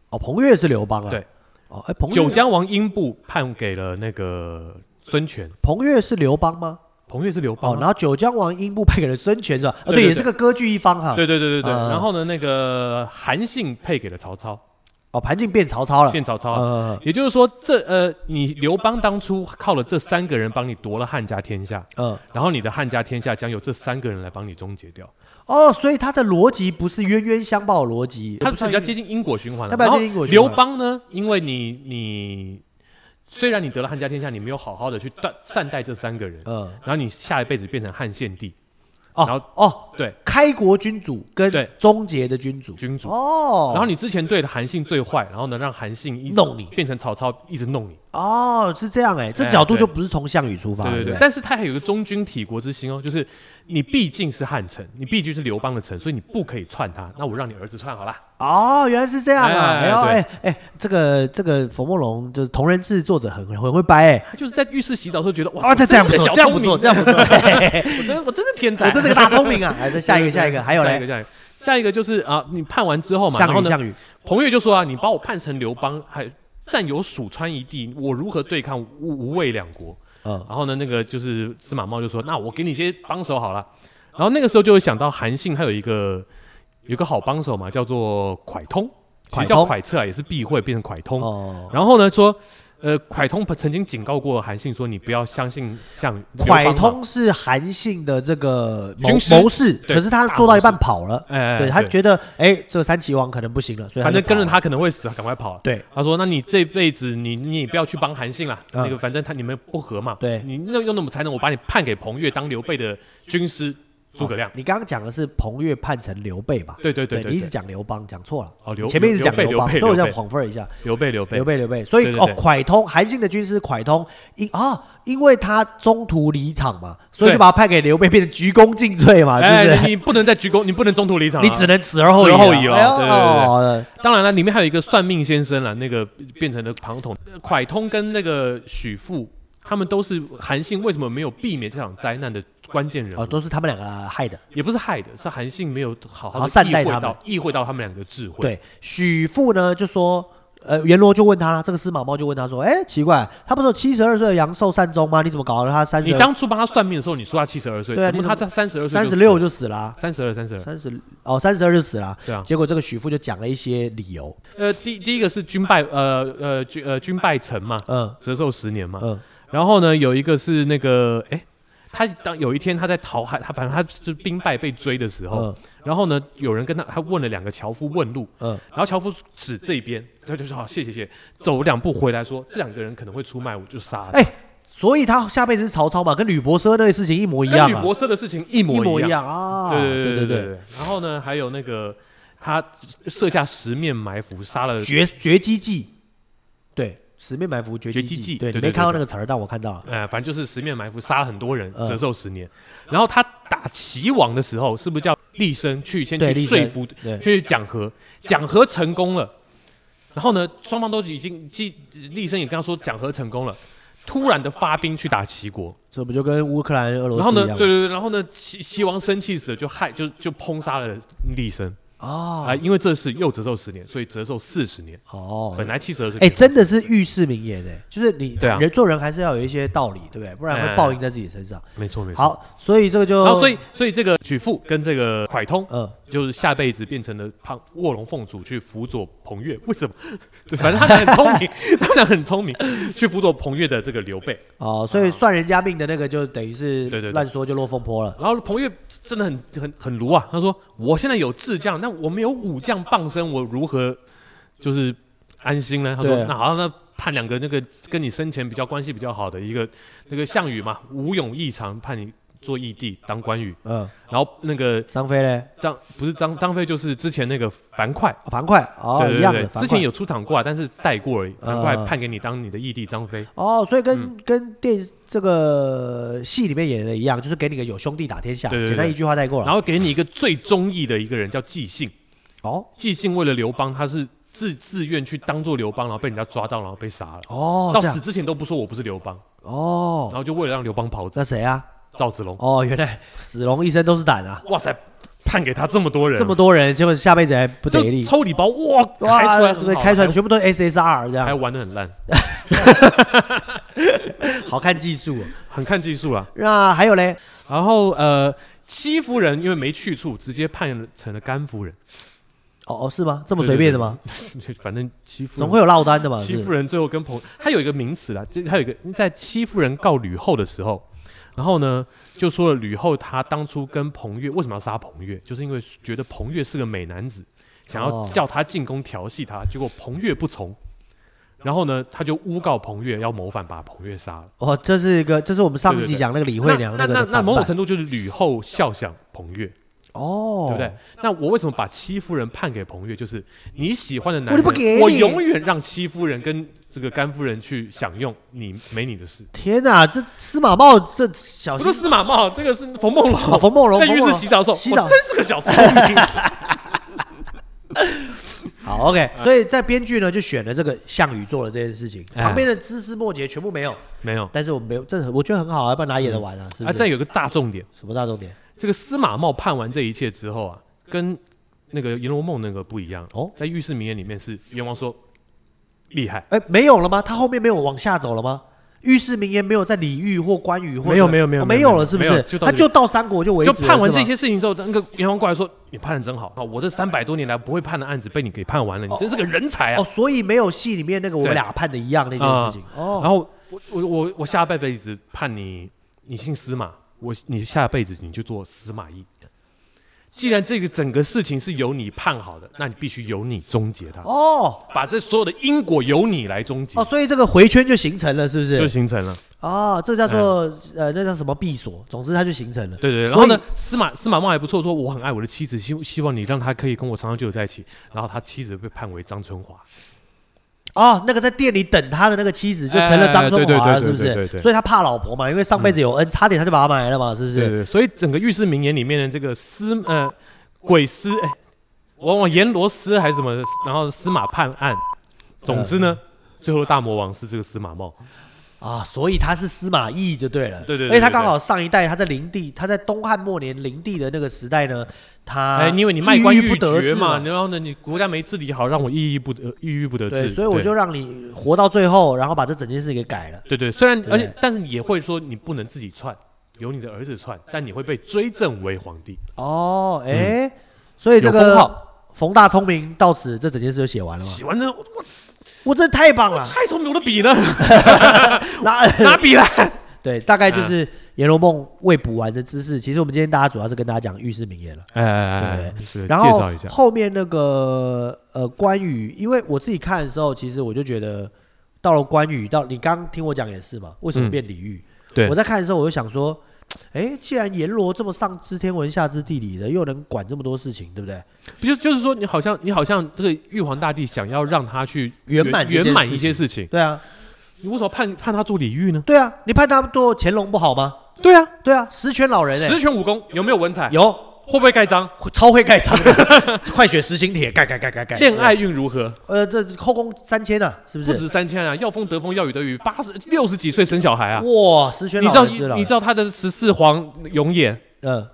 Speaker 1: 哦，彭越是刘邦啊。
Speaker 2: 对。
Speaker 1: 哦，哎，彭
Speaker 2: 九
Speaker 1: 越，
Speaker 2: 江王英布判给了那个孙权，
Speaker 1: 彭越是刘邦吗？
Speaker 2: 彭越是刘邦
Speaker 1: 哦，
Speaker 2: 啊、
Speaker 1: 然后九江王英布配给了孙权是吧？啊，
Speaker 2: 对对
Speaker 1: 对，也
Speaker 2: 对
Speaker 1: 是个割据一方哈。
Speaker 2: 对对对对对，
Speaker 1: 嗯
Speaker 2: 然后呢，那个韩信配给了曹操，
Speaker 1: 哦，盘进变曹操了，
Speaker 2: 变曹操。嗯
Speaker 1: 呃
Speaker 2: 也就是说，这呃，你刘邦当初靠了这三个人帮你夺了汉家天下，
Speaker 1: 呃
Speaker 2: 然后你的汉家天下将由这三个人来帮你终结掉，
Speaker 1: 哦，所以他的逻辑不是冤冤相报的逻辑，
Speaker 2: 它
Speaker 1: 不算
Speaker 2: 比较接近因果循环
Speaker 1: 它
Speaker 2: 了。
Speaker 1: 比较
Speaker 2: 然后
Speaker 1: 接近因果循环
Speaker 2: 刘邦呢，因为你你虽然你得了汉家天下，你没有好好的去待善待这三个人，
Speaker 1: 呃
Speaker 2: 然后你下一辈子变成汉献帝，然
Speaker 1: 哦
Speaker 2: 后
Speaker 1: 哦，
Speaker 2: 对
Speaker 1: 开国君主跟
Speaker 2: 对
Speaker 1: 终结的君主
Speaker 2: 君主。
Speaker 1: 哦，
Speaker 2: 然后你之前对韩信最坏，然后呢让韩信一直
Speaker 1: 弄你
Speaker 2: 变成曹操一直弄你，
Speaker 1: 哦是这样哎，这
Speaker 2: 哎
Speaker 1: 角度
Speaker 2: 对
Speaker 1: 就不是从项羽出发，
Speaker 2: 对对
Speaker 1: 对
Speaker 2: 对
Speaker 1: 不，
Speaker 2: 但是他还有一个忠君体国之心哦，就是你毕竟是汉臣，你毕竟是刘邦的臣，所以你不可以篡他。那我让你儿子篡好啦。
Speaker 1: 哦，原来是这样啊！哎
Speaker 2: 哎
Speaker 1: 呦，
Speaker 2: 对
Speaker 1: 哎哎，这个这个冯梦龙就是《同人志》作者很很会掰哎、
Speaker 2: 他就是在浴室洗澡的时候觉得哇，
Speaker 1: 啊，这这样不错，
Speaker 2: 我
Speaker 1: 这
Speaker 2: 真是个
Speaker 1: 样不
Speaker 2: 小聪
Speaker 1: 错，
Speaker 2: 明
Speaker 1: 这样不错，嘿嘿嘿
Speaker 2: 我真我真是天才，
Speaker 1: 我真是个大聪明啊！哎，这下一个，
Speaker 2: 对对对
Speaker 1: 下一个，还有
Speaker 2: 下一
Speaker 1: 嘞
Speaker 2: 个，，下一个，下一个就是啊，你判完之后嘛，然后
Speaker 1: 项羽，
Speaker 2: 呢，
Speaker 1: 项羽，
Speaker 2: 彭越就说啊，你把我判成刘邦，还占有蜀川一地，我如何对抗吴吴魏两国？
Speaker 1: 嗯，
Speaker 2: 然后呢，那个就是司马茂就说，那我给你一些帮手好了。然后那个时候就会想到韩信，他有一个有一个好帮手嘛，叫做蒯通，其
Speaker 1: 蒯
Speaker 2: 实叫
Speaker 1: 通
Speaker 2: 蒯彻啊，也是避讳变成蒯通。
Speaker 1: 哦，
Speaker 2: 然后呢说，呃，蒯通曾经警告过韩信说，你不要相信项羽。刘邦嘛
Speaker 1: 蒯，通是韩信的这个谋
Speaker 2: 军师
Speaker 1: 谋士，
Speaker 2: 对
Speaker 1: 可是他
Speaker 2: 大
Speaker 1: 做到一
Speaker 2: 谋士
Speaker 1: 半跑了，
Speaker 2: 哎哎，哎
Speaker 1: 对他觉得哎，这个三齐王可能不行了，所以
Speaker 2: 反正跟
Speaker 1: 他就
Speaker 2: 着
Speaker 1: 跑了，
Speaker 2: 他可能会死，赶快跑。啊
Speaker 1: 对，
Speaker 2: 他说：“那你这辈子你你也不要去帮韩信啦，
Speaker 1: 嗯
Speaker 2: 那个反正他你们不和嘛。
Speaker 1: 对
Speaker 2: 你那用那么才能我把你判给彭越当刘备的军师诸葛亮。
Speaker 1: 哦你刚刚讲的是彭越叛臣刘备吧？
Speaker 2: 对对对对
Speaker 1: 你一直
Speaker 2: 对
Speaker 1: 讲刘邦，讲错了，
Speaker 2: 哦刘
Speaker 1: 前面一直讲
Speaker 2: 刘备
Speaker 1: 刘邦，所
Speaker 2: 刘
Speaker 1: 以我
Speaker 2: 备
Speaker 1: 想
Speaker 2: 刘备
Speaker 1: 恍惚一下。
Speaker 2: 刘备刘备
Speaker 1: 刘备刘备，所以
Speaker 2: 对对
Speaker 1: 哦
Speaker 2: 对，
Speaker 1: 蒯通韩信的军师蒯通，因啊，因为他中途离场嘛，所以
Speaker 2: 对
Speaker 1: 就把他派给刘备，变成鞠躬尽瘁嘛，啊是不
Speaker 2: 哎，
Speaker 1: 是？
Speaker 2: 你不能再鞠躬，你不能中途离场啊。
Speaker 1: 你只能死而后
Speaker 2: 死而后
Speaker 1: 已
Speaker 2: 已
Speaker 1: 了哎
Speaker 2: 了
Speaker 1: 呦
Speaker 2: 对对对对
Speaker 1: 哦
Speaker 2: 当然了，里面还有一个算命先生了，那个变成了庞统、呃蒯通跟那个许富，他们都是韩信为什么没有避免这场灾难的关键人物
Speaker 1: 哦，都是他们两个害的。
Speaker 2: 也不是害的，是韩信没有好
Speaker 1: 好
Speaker 2: 好
Speaker 1: 善
Speaker 2: 的
Speaker 1: 待
Speaker 2: 意
Speaker 1: 他
Speaker 2: 会
Speaker 1: 们
Speaker 2: 到意会到他们两个智慧。
Speaker 1: 对，许父呢就说，呃，阎罗就问他，这个司马茂就问他说，哎，奇怪，他不是有七十二岁的阳寿善终吗？你怎么搞得他三
Speaker 2: 你
Speaker 1: 十
Speaker 2: 当初帮他算命的时候，你说他七十二岁，
Speaker 1: 对啊
Speaker 2: 怎么
Speaker 1: 你怎么
Speaker 2: 他在三十二岁、
Speaker 1: 三十六、就死了啊？
Speaker 2: 三十二、三十二？
Speaker 1: 三十哦，三十二就死了啊。
Speaker 2: 对啊，
Speaker 1: 结果这个许父就讲了一些理由，
Speaker 2: 呃，第第一个是军败，呃呃军呃军败臣嘛，
Speaker 1: 嗯
Speaker 2: 折寿十年嘛。
Speaker 1: 嗯，
Speaker 2: 然后呢，有一个是那个，哎，他当有一天他在逃海，他反正他就是兵败被追的时候，
Speaker 1: 嗯
Speaker 2: 然后呢，有人跟他，他问了两个樵夫问路，
Speaker 1: 嗯
Speaker 2: 然后樵夫指这边，他就说好，谢谢谢谢，走两步回来说，这两个人可能会出卖我，就杀了。
Speaker 1: 哎、所以他下辈子是曹操嘛，跟吕伯奢那个事情一模一样
Speaker 2: 跟
Speaker 1: 啊
Speaker 2: 吕，伯奢的事情一模
Speaker 1: 一模
Speaker 2: 样。
Speaker 1: 样啊！
Speaker 2: 对
Speaker 1: 对
Speaker 2: 对对。然后呢，还有那个他设下十面埋伏，杀了
Speaker 1: 绝绝技计，对，十面埋伏绝
Speaker 2: 绝
Speaker 1: 技
Speaker 2: 技计
Speaker 1: 对，你
Speaker 2: 对
Speaker 1: 没
Speaker 2: 对
Speaker 1: 看到那
Speaker 2: 对
Speaker 1: 个词儿，但我看到了。
Speaker 2: 呃，反正就是十面埋伏，杀了很多人，
Speaker 1: 嗯
Speaker 2: 折寿十年。然后他打齐王的时候，是不是叫厉声去先
Speaker 1: 对
Speaker 2: 去
Speaker 1: 厉
Speaker 2: 说
Speaker 1: 声
Speaker 2: 服，
Speaker 1: 对
Speaker 2: 去讲和？讲和成功了。然后呢，双方都已经既厉声也跟他说讲和成功了，突然的发兵去打齐国。
Speaker 1: 这不就跟乌克兰、俄罗
Speaker 2: 然后
Speaker 1: 斯
Speaker 2: 呢
Speaker 1: 一，样
Speaker 2: 对对
Speaker 1: 吗？
Speaker 2: 对，然后呢，齐齐王生气死了，就害就就烹杀了厉声啊、
Speaker 1: 哦
Speaker 2: 因为这是又折寿十年，所以折寿四十年。本
Speaker 1: 哦，
Speaker 2: 来七十二岁，
Speaker 1: 哎，真的是寓世名言哎，就是你
Speaker 2: 对啊
Speaker 1: 人做人还是要有一些道理，对不对？不然会
Speaker 2: 哎
Speaker 1: 报应在自己身上。
Speaker 2: 没错没错。
Speaker 1: 好，所以这个就
Speaker 2: 然后所以所以这个曲阜跟这个蒯通，
Speaker 1: 嗯，
Speaker 2: 就是下辈子变成了胖卧龙凤雏去辅佐彭越，为什么？ 对，反正他们很聪明， 他们俩很聪明，去辅佐彭越的这个刘备。
Speaker 1: 哦，所以算人家命的那个就等于
Speaker 2: 啊对
Speaker 1: 是
Speaker 2: 对对
Speaker 1: 乱说就落风坡了。
Speaker 2: 然后彭越真的很很很卢啊，他说我现在有智将，那我没有武将傍身，我如何就是安心呢？他说
Speaker 1: 对
Speaker 2: 那好，那判两个那个跟你生前比较关系比较好的一个那个项羽嘛，武勇异常，判你做义帝当关羽。
Speaker 1: 嗯，
Speaker 2: 然后那个
Speaker 1: 张飞嘞，
Speaker 2: 张不是张张飞，就是之前那个樊哙，
Speaker 1: 哦樊哙哦，
Speaker 2: 对
Speaker 1: 一
Speaker 2: 对
Speaker 1: 样
Speaker 2: 对
Speaker 1: 的，
Speaker 2: 对，
Speaker 1: 樊
Speaker 2: 之前
Speaker 1: 哙
Speaker 2: 有出场过啊，但是带过而已。樊
Speaker 1: 嗯
Speaker 2: 哙判给你当你的义弟张飞，
Speaker 1: 哦，所以跟、
Speaker 2: 嗯
Speaker 1: 跟电影这个戏里面演的一样，就是给你个有兄弟打天下，
Speaker 2: 对对对
Speaker 1: 简单一句话带过
Speaker 2: 然
Speaker 1: 了。
Speaker 2: 后给你一个最忠义的一个人叫纪信。
Speaker 1: 哦
Speaker 2: 纪信为了刘邦，他是自自愿去当做刘邦，然后被人家抓到，然后被杀了。
Speaker 1: 哦，
Speaker 2: 到
Speaker 1: 这样
Speaker 2: 死之前都不说我不是刘邦，然
Speaker 1: 哦，
Speaker 2: 后就为了让刘邦跑走，
Speaker 1: 那谁啊？
Speaker 2: 赵子龙，
Speaker 1: 哦，原来子龙一身都是胆啊，
Speaker 2: 哇塞，判给他这么多 人，
Speaker 1: 这么多人，结果下辈子还不得
Speaker 2: 就
Speaker 1: 力。
Speaker 2: 抽礼包，哇，
Speaker 1: 哇
Speaker 2: 开出来很
Speaker 1: 对，
Speaker 2: 好
Speaker 1: 开出来
Speaker 2: 还
Speaker 1: 全部都是 SSR 这
Speaker 2: 还
Speaker 1: 样，
Speaker 2: 玩的很烂，
Speaker 1: 好看技术哦。
Speaker 2: 很看技术啦。啊
Speaker 1: 那还有嘞，
Speaker 2: 然后呃，戚夫人因为没去处，直接判成了甘夫人。
Speaker 1: 哦哦，是吗？这么随便的吗？
Speaker 2: 反正欺负人
Speaker 1: 总会有落单的嘛。
Speaker 2: 欺
Speaker 1: 啊是
Speaker 2: 负人最后跟朋他有一个名词啦，就是他有一个在欺负人告吕后的时候，然后呢就说了吕后她当初跟彭越为什么要杀彭越，就是因为觉得彭越是个美男子，想要
Speaker 1: 哦
Speaker 2: 叫他进宫调戏他，结果彭越不从，然后呢他就诬告彭越要谋反，把彭越杀了。
Speaker 1: 哦，这是一个，这是我们上
Speaker 2: 对对
Speaker 1: 期
Speaker 2: 对
Speaker 1: 讲那个李慧娘
Speaker 2: 那
Speaker 1: 个
Speaker 2: 那
Speaker 1: 的
Speaker 2: 那
Speaker 1: 反
Speaker 2: 某种
Speaker 1: 版
Speaker 2: 程度就是吕后笑想彭越，
Speaker 1: 哦，
Speaker 2: 对不对？？那我为什么把欺负人判给彭越？就是你喜欢的男
Speaker 1: 我
Speaker 2: 人，
Speaker 1: 就不给你
Speaker 2: 我永远让欺负人跟这个甘夫人去享用你没你的事。
Speaker 1: 天哪，这司马茂这小
Speaker 2: 不是
Speaker 1: 心
Speaker 2: 司马茂，这个是冯梦
Speaker 1: 哦，
Speaker 2: 龙。
Speaker 1: 冯梦龙
Speaker 2: 在
Speaker 1: 冯
Speaker 2: 浴
Speaker 1: 梦
Speaker 2: 室
Speaker 1: 龙
Speaker 2: 洗澡的时候，
Speaker 1: 洗澡
Speaker 2: 我真是个小聪明。
Speaker 1: 好，OK，所以在编剧呢就选了这个项羽做的这件事情，
Speaker 2: 呃哎
Speaker 1: 旁边的枝枝末节全部没有，
Speaker 2: 没有
Speaker 1: 但是我没有，这很我觉得很好啊，要不然哪演得完啊？是
Speaker 2: 啊，
Speaker 1: 不
Speaker 2: 这
Speaker 1: 是？
Speaker 2: 有个大重点，
Speaker 1: 什么大重点？
Speaker 2: 这个司马茂判完这一切之后啊，跟那个《红楼梦》那个不一样
Speaker 1: 哦
Speaker 2: 在《御史名言》里面是阎王说厉害，
Speaker 1: 哎，没有了吗？他后面没有往下走了吗？御史名言没有在李煜或关羽或
Speaker 2: 没有没有没有
Speaker 1: 哦
Speaker 2: 没有
Speaker 1: 没有了，是不
Speaker 2: 没有
Speaker 1: 是
Speaker 2: 就？到
Speaker 1: 他
Speaker 2: 这
Speaker 1: 就到三国就为止
Speaker 2: 就
Speaker 1: 了，
Speaker 2: 判完
Speaker 1: 是吗
Speaker 2: 这些事情之后，那个阎王过来说你判的真好啊，我这三百多年来不会判的案子被你给判完了，你真是个人才啊
Speaker 1: 哦，。所以没有戏里面那个我们
Speaker 2: 对
Speaker 1: 俩判的一样那件事情哦
Speaker 2: 啊然后我我我我下辈子判你，你姓司马，我你下辈子你就做司马懿。既然这个整个事情是由你判好的，那你必须由你终结它，
Speaker 1: 哦
Speaker 2: 把这所有的因果由你来终结
Speaker 1: 哦，，所以这个回圈就形成了，是不？
Speaker 2: 就是形成了。
Speaker 1: 哦，这叫做呃，那叫什么闭锁？总之它就形成了。
Speaker 2: 对对对，然
Speaker 1: 所
Speaker 2: 后
Speaker 1: 以
Speaker 2: 呢，司马司马茂还不错，说我很爱我的妻子，希希望你让她可以跟我长长久久在一起。然后他妻子被判为张春华，
Speaker 1: 哦，那个在店里等他的那个妻子就成了张春华
Speaker 2: 哎
Speaker 1: 了，是
Speaker 2: 对对
Speaker 1: 不
Speaker 2: 对对对
Speaker 1: 是？
Speaker 2: 对
Speaker 1: 所以他怕老婆嘛，因为上辈子有恩，差点他就把她埋了嘛，是不
Speaker 2: 对
Speaker 1: 是？
Speaker 2: 对，所以整个《御史名言》里面的这个司呃鬼司哎，往往阎罗司还是什么的，然后司马判
Speaker 1: 嗯
Speaker 2: 案，总之呢，最后的大魔王是这个司马茂，
Speaker 1: 啊，所以他是司马懿就对了。
Speaker 2: 对对对
Speaker 1: 而且他
Speaker 2: 对对
Speaker 1: 刚好上一代他在灵帝，他在东汉末年灵帝的那个时代呢，他
Speaker 2: 哎，因为你卖官
Speaker 1: 啊抑
Speaker 2: 鬻
Speaker 1: 郁不得志
Speaker 2: 爵嘛，然后呢，你国家没治理好，让我抑郁不得，抑郁不得
Speaker 1: 对，
Speaker 2: 志，
Speaker 1: 所以我就让你活到最后，然后把这整件事给改了。
Speaker 2: 对对对，虽然
Speaker 1: 对
Speaker 2: 而且但是你也会说你不能自己篡，由你的儿子篡，但你会被追赠为皇帝，
Speaker 1: 哦，哎、所以这
Speaker 2: 嗯有封
Speaker 1: 个
Speaker 2: 号
Speaker 1: 冯大聪明到此，这整件事就写完了嘛？
Speaker 2: 写完呢，我我
Speaker 1: 我这太棒了！
Speaker 2: 太聪明，我的 笔呢？
Speaker 1: 拿
Speaker 2: 拿笔来，
Speaker 1: 对，大概就是《
Speaker 2: 啊
Speaker 1: 阎罗梦》未补完的知识。其实我们今天大家主要是跟大家讲御史名言了。
Speaker 2: 哎哎哎， 对
Speaker 1: 然
Speaker 2: 介
Speaker 1: 后
Speaker 2: 绍一下，
Speaker 1: 后面那个呃关羽，因为我自己看的时候，其实我就觉得到了关羽，到你刚听我讲也是嘛，为什么
Speaker 2: 嗯
Speaker 1: 变李煜？
Speaker 2: 对
Speaker 1: 我在看的时候，我就想说，哎，既然阎罗这么上知天文下知地理的，又能管这么多事情，对不对？
Speaker 2: 不就就是说，你好像你好像这个玉皇大帝想要让他去
Speaker 1: 圆满这件
Speaker 2: 圆满一
Speaker 1: 事
Speaker 2: 件事情，
Speaker 1: 对啊，
Speaker 2: 你为什么判判他做李煜呢？
Speaker 1: 对啊，你判他做乾隆不好吗？
Speaker 2: 对啊，
Speaker 1: 对啊，十全老人哎、
Speaker 2: 十全武功有没有文采？
Speaker 1: 有
Speaker 2: 会不会盖章？
Speaker 1: 超会盖章的， 快雪时晴帖，盖盖盖盖 盖。
Speaker 2: 恋爱运如何？
Speaker 1: 呃，这后宫三千啊，是不
Speaker 2: 不
Speaker 1: 是？
Speaker 2: 止三千啊！要风得风，要雨得雨，八十六十几岁生小孩啊！
Speaker 1: 哇，十全
Speaker 2: 你
Speaker 1: 老
Speaker 2: 知道
Speaker 1: 人是老
Speaker 2: 你
Speaker 1: 人
Speaker 2: 知，道他的十四皇永琰
Speaker 1: 嗯，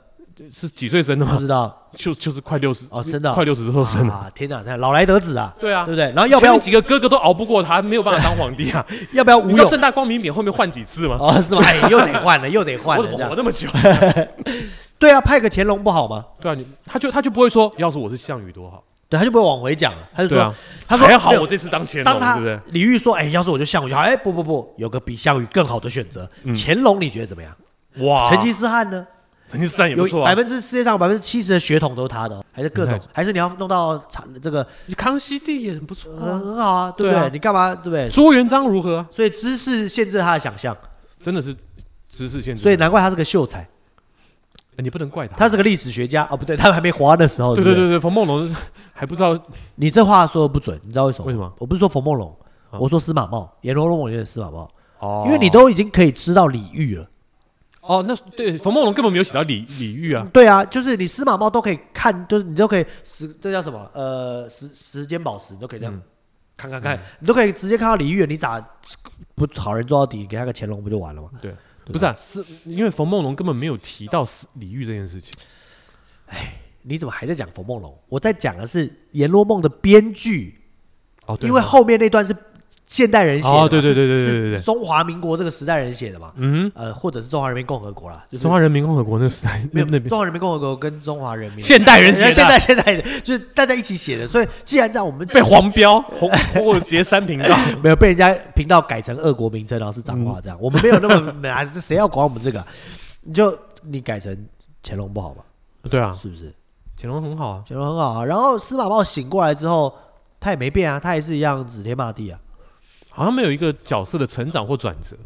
Speaker 2: 是几岁生的
Speaker 1: 不
Speaker 2: 吗？
Speaker 1: 知道
Speaker 2: 就就是快六十
Speaker 1: 哦，真的啊
Speaker 2: 快六十岁生的。
Speaker 1: 啊！天哪，那老来得子啊，
Speaker 2: 对啊
Speaker 1: 对，不对？然后要不
Speaker 2: 前
Speaker 1: 要
Speaker 2: 面几个哥哥都熬不过他，没有办法当皇帝 啊！
Speaker 1: 要不要
Speaker 2: 你
Speaker 1: 吴
Speaker 2: 知道
Speaker 1: 勇
Speaker 2: 正大光明匾后面换几次吗？
Speaker 1: 哦，是吧？ 哎，又得换了，又得换
Speaker 2: 我
Speaker 1: 了，
Speaker 2: 怎么
Speaker 1: 这
Speaker 2: 活
Speaker 1: 样
Speaker 2: 那么久？
Speaker 1: 对啊，派个乾隆不好吗？
Speaker 2: 对啊，你他就他就不会说，要是我是项羽多好。
Speaker 1: 对，他就不会往回讲了，他就
Speaker 2: 对啊
Speaker 1: 说，他说
Speaker 2: 还好
Speaker 1: 没有
Speaker 2: 我这次当乾
Speaker 1: 当
Speaker 2: 隆，
Speaker 1: 他
Speaker 2: 对不对？
Speaker 1: 李煜说，哎，要是我就项羽就好，哎，不不不，有个比项羽更好的选择，
Speaker 2: 嗯
Speaker 1: 乾隆你觉得怎么样？
Speaker 2: 哇，
Speaker 1: 成吉思汗呢？
Speaker 2: 成吉思啊汗也不
Speaker 1: 有
Speaker 2: 错
Speaker 1: 百
Speaker 2: 啊。
Speaker 1: 分之世界上百分之七十的血统都是他的哦，还是各种
Speaker 2: 嗯，
Speaker 1: 还是你要弄到这个
Speaker 2: 康熙帝也很不错
Speaker 1: 很
Speaker 2: 啊。
Speaker 1: 很好啊，对不
Speaker 2: 对
Speaker 1: 对
Speaker 2: 啊？
Speaker 1: 你干嘛对不对？
Speaker 2: 朱元璋如何啊？
Speaker 1: 所以知识限制他的想象，
Speaker 2: 真的是知识限制，
Speaker 1: 所以难怪他是个秀才，
Speaker 2: 哎你不能怪他。
Speaker 1: 他是个历史学家哦，不对， 他们还没活的时候，
Speaker 2: 对
Speaker 1: 对
Speaker 2: 对
Speaker 1: 不对，
Speaker 2: 对对，冯梦龙还不知道
Speaker 1: 你这话说的不准，你知道为什么？
Speaker 2: 为什么？
Speaker 1: 我不是说冯梦龙，
Speaker 2: 啊
Speaker 1: 我说司马茂，阎罗龙里面的司马茂，
Speaker 2: 哦，
Speaker 1: 因为你都已经可以知道李煜了，
Speaker 2: 哦，那对冯梦龙根本没有写到李李煜啊，
Speaker 1: 对啊，就是你司马茂都可以看，就是你都可以时，这叫什么？呃，时时间宝石，你都可以这
Speaker 2: 嗯
Speaker 1: 样看看看，你都可以直接看到李煜，你咋不好人做到底？你给他个乾隆不就完了吗？
Speaker 2: 对。不是啊，是因为冯梦龙根本没有提到是李煜这件事情。
Speaker 1: 你怎么还在讲冯梦龙？我在讲的是《阎罗梦》的编剧
Speaker 2: 哦，对
Speaker 1: 因为后面那段是现代人写的嘛，
Speaker 2: 哦对对对对
Speaker 1: 是
Speaker 2: 对对对
Speaker 1: 是中华民国这个时代人写的嘛，
Speaker 2: 嗯，
Speaker 1: 呃，或者是中华人民共和国啦，就是
Speaker 2: 中华人民共和国那个时代
Speaker 1: 没
Speaker 2: 那
Speaker 1: 有
Speaker 2: 那边
Speaker 1: 中华人民共和国跟中华人民
Speaker 2: 现代人写的啊
Speaker 1: 现代现代人就是大家一起写的，所以既然这样，我们
Speaker 2: 被黄 标，红我直接删频道。
Speaker 1: 没有被人家频道改成俄国名称，然后是脏话这
Speaker 2: 嗯
Speaker 1: 样，我们没有那么难，是谁要管我们这个啊？你就你改成乾隆不好吧？
Speaker 2: 对啊，
Speaker 1: 是不是？
Speaker 2: 乾隆很好啊，
Speaker 1: 乾隆很好啊。然后司马茂醒过来之后，他也没变啊，他还是一样指天骂地啊。
Speaker 2: 好像没有一个角色的成长或转折。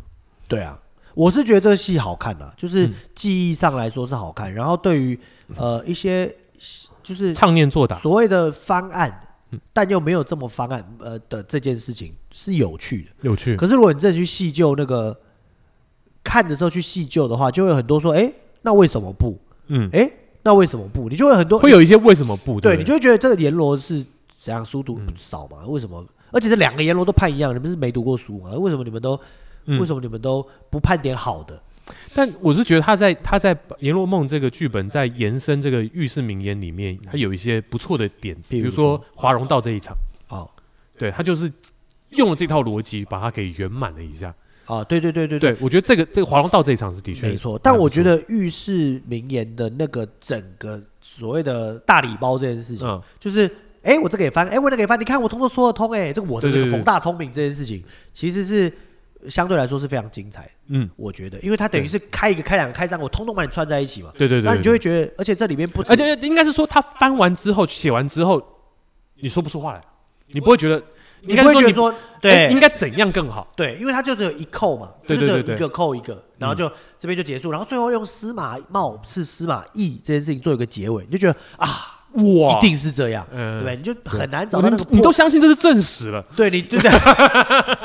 Speaker 1: 对啊，我是觉得这个戏好看啊，就是
Speaker 2: 嗯
Speaker 1: 记忆上来说是好看，然后对于呃一些就是
Speaker 2: 唱念做打，
Speaker 1: 所谓的方案，
Speaker 2: 嗯
Speaker 1: 但又没有这么方案呃的这件事情是有趣的。
Speaker 2: 有趣。
Speaker 1: 可是如果你真的去细究那个看的时候去细究的话，就会有很多说，哎、那为什么不？
Speaker 2: 嗯，
Speaker 1: 哎、那为什么不？你就会很多
Speaker 2: 会有一些为什么不？
Speaker 1: 对，
Speaker 2: 不
Speaker 1: 你就会觉得这个阎罗是怎样书读
Speaker 2: 嗯
Speaker 1: 少嘛？为什么？而且这两个阎罗都判一样，你们是没读过书吗？为什么你们都、
Speaker 2: 嗯
Speaker 1: 为什么你们都不判点好的？
Speaker 2: 但我是觉得他在他在《阎罗梦》这个剧本在延伸这个寓世名言里面，他有一些不错的点子，
Speaker 1: 比
Speaker 2: 比
Speaker 1: 如
Speaker 2: 如说华容道这一场，
Speaker 1: 哦
Speaker 2: 对他就是用了这套逻辑把它给圆满了一下。
Speaker 1: 啊，对对对对
Speaker 2: 对，我觉得这个这个华容道这一场是的确
Speaker 1: 没错。但我觉
Speaker 2: 得，
Speaker 1: 得遇事名言的那个整个所谓的大礼包这件事情，
Speaker 2: 嗯，
Speaker 1: 就是哎、诶我这个也翻，哎、我那个也翻，你看我通通说得通、诶哎，这个我的
Speaker 2: 对
Speaker 1: 这
Speaker 2: 对
Speaker 1: 个
Speaker 2: 对
Speaker 1: 冯大聪明这件事情，其实是相对来说是非常精彩的，
Speaker 2: 嗯，
Speaker 1: 我觉得，因为它等于是开一个、开两个、开三个，我通通把你串在一起嘛。
Speaker 2: 对对对，
Speaker 1: 那你就
Speaker 2: 对
Speaker 1: 会觉得，而且这里面不止
Speaker 2: 而且应该是说他翻完之后写完之后，你说不出话来，你不会觉得，
Speaker 1: 你
Speaker 2: 应该
Speaker 1: 不会
Speaker 2: 是
Speaker 1: 觉得
Speaker 2: 你
Speaker 1: 说
Speaker 2: 哎
Speaker 1: 对
Speaker 2: 应该怎样更好？
Speaker 1: 对，因为它就只有一扣嘛，
Speaker 2: 对对
Speaker 1: 就只
Speaker 2: 对嗯
Speaker 1: 有一个扣一个，然后就这边就结束，然后最后用司马茂是司马懿这件事情做一个结尾，你就觉得啊，
Speaker 2: 哇
Speaker 1: 一定是这样，对
Speaker 2: 嗯
Speaker 1: 不对？你就很难找
Speaker 2: 我
Speaker 1: 到
Speaker 2: 你
Speaker 1: 那个
Speaker 2: 你都
Speaker 1: 破，
Speaker 2: 相信这是证实了，
Speaker 1: 对 你对不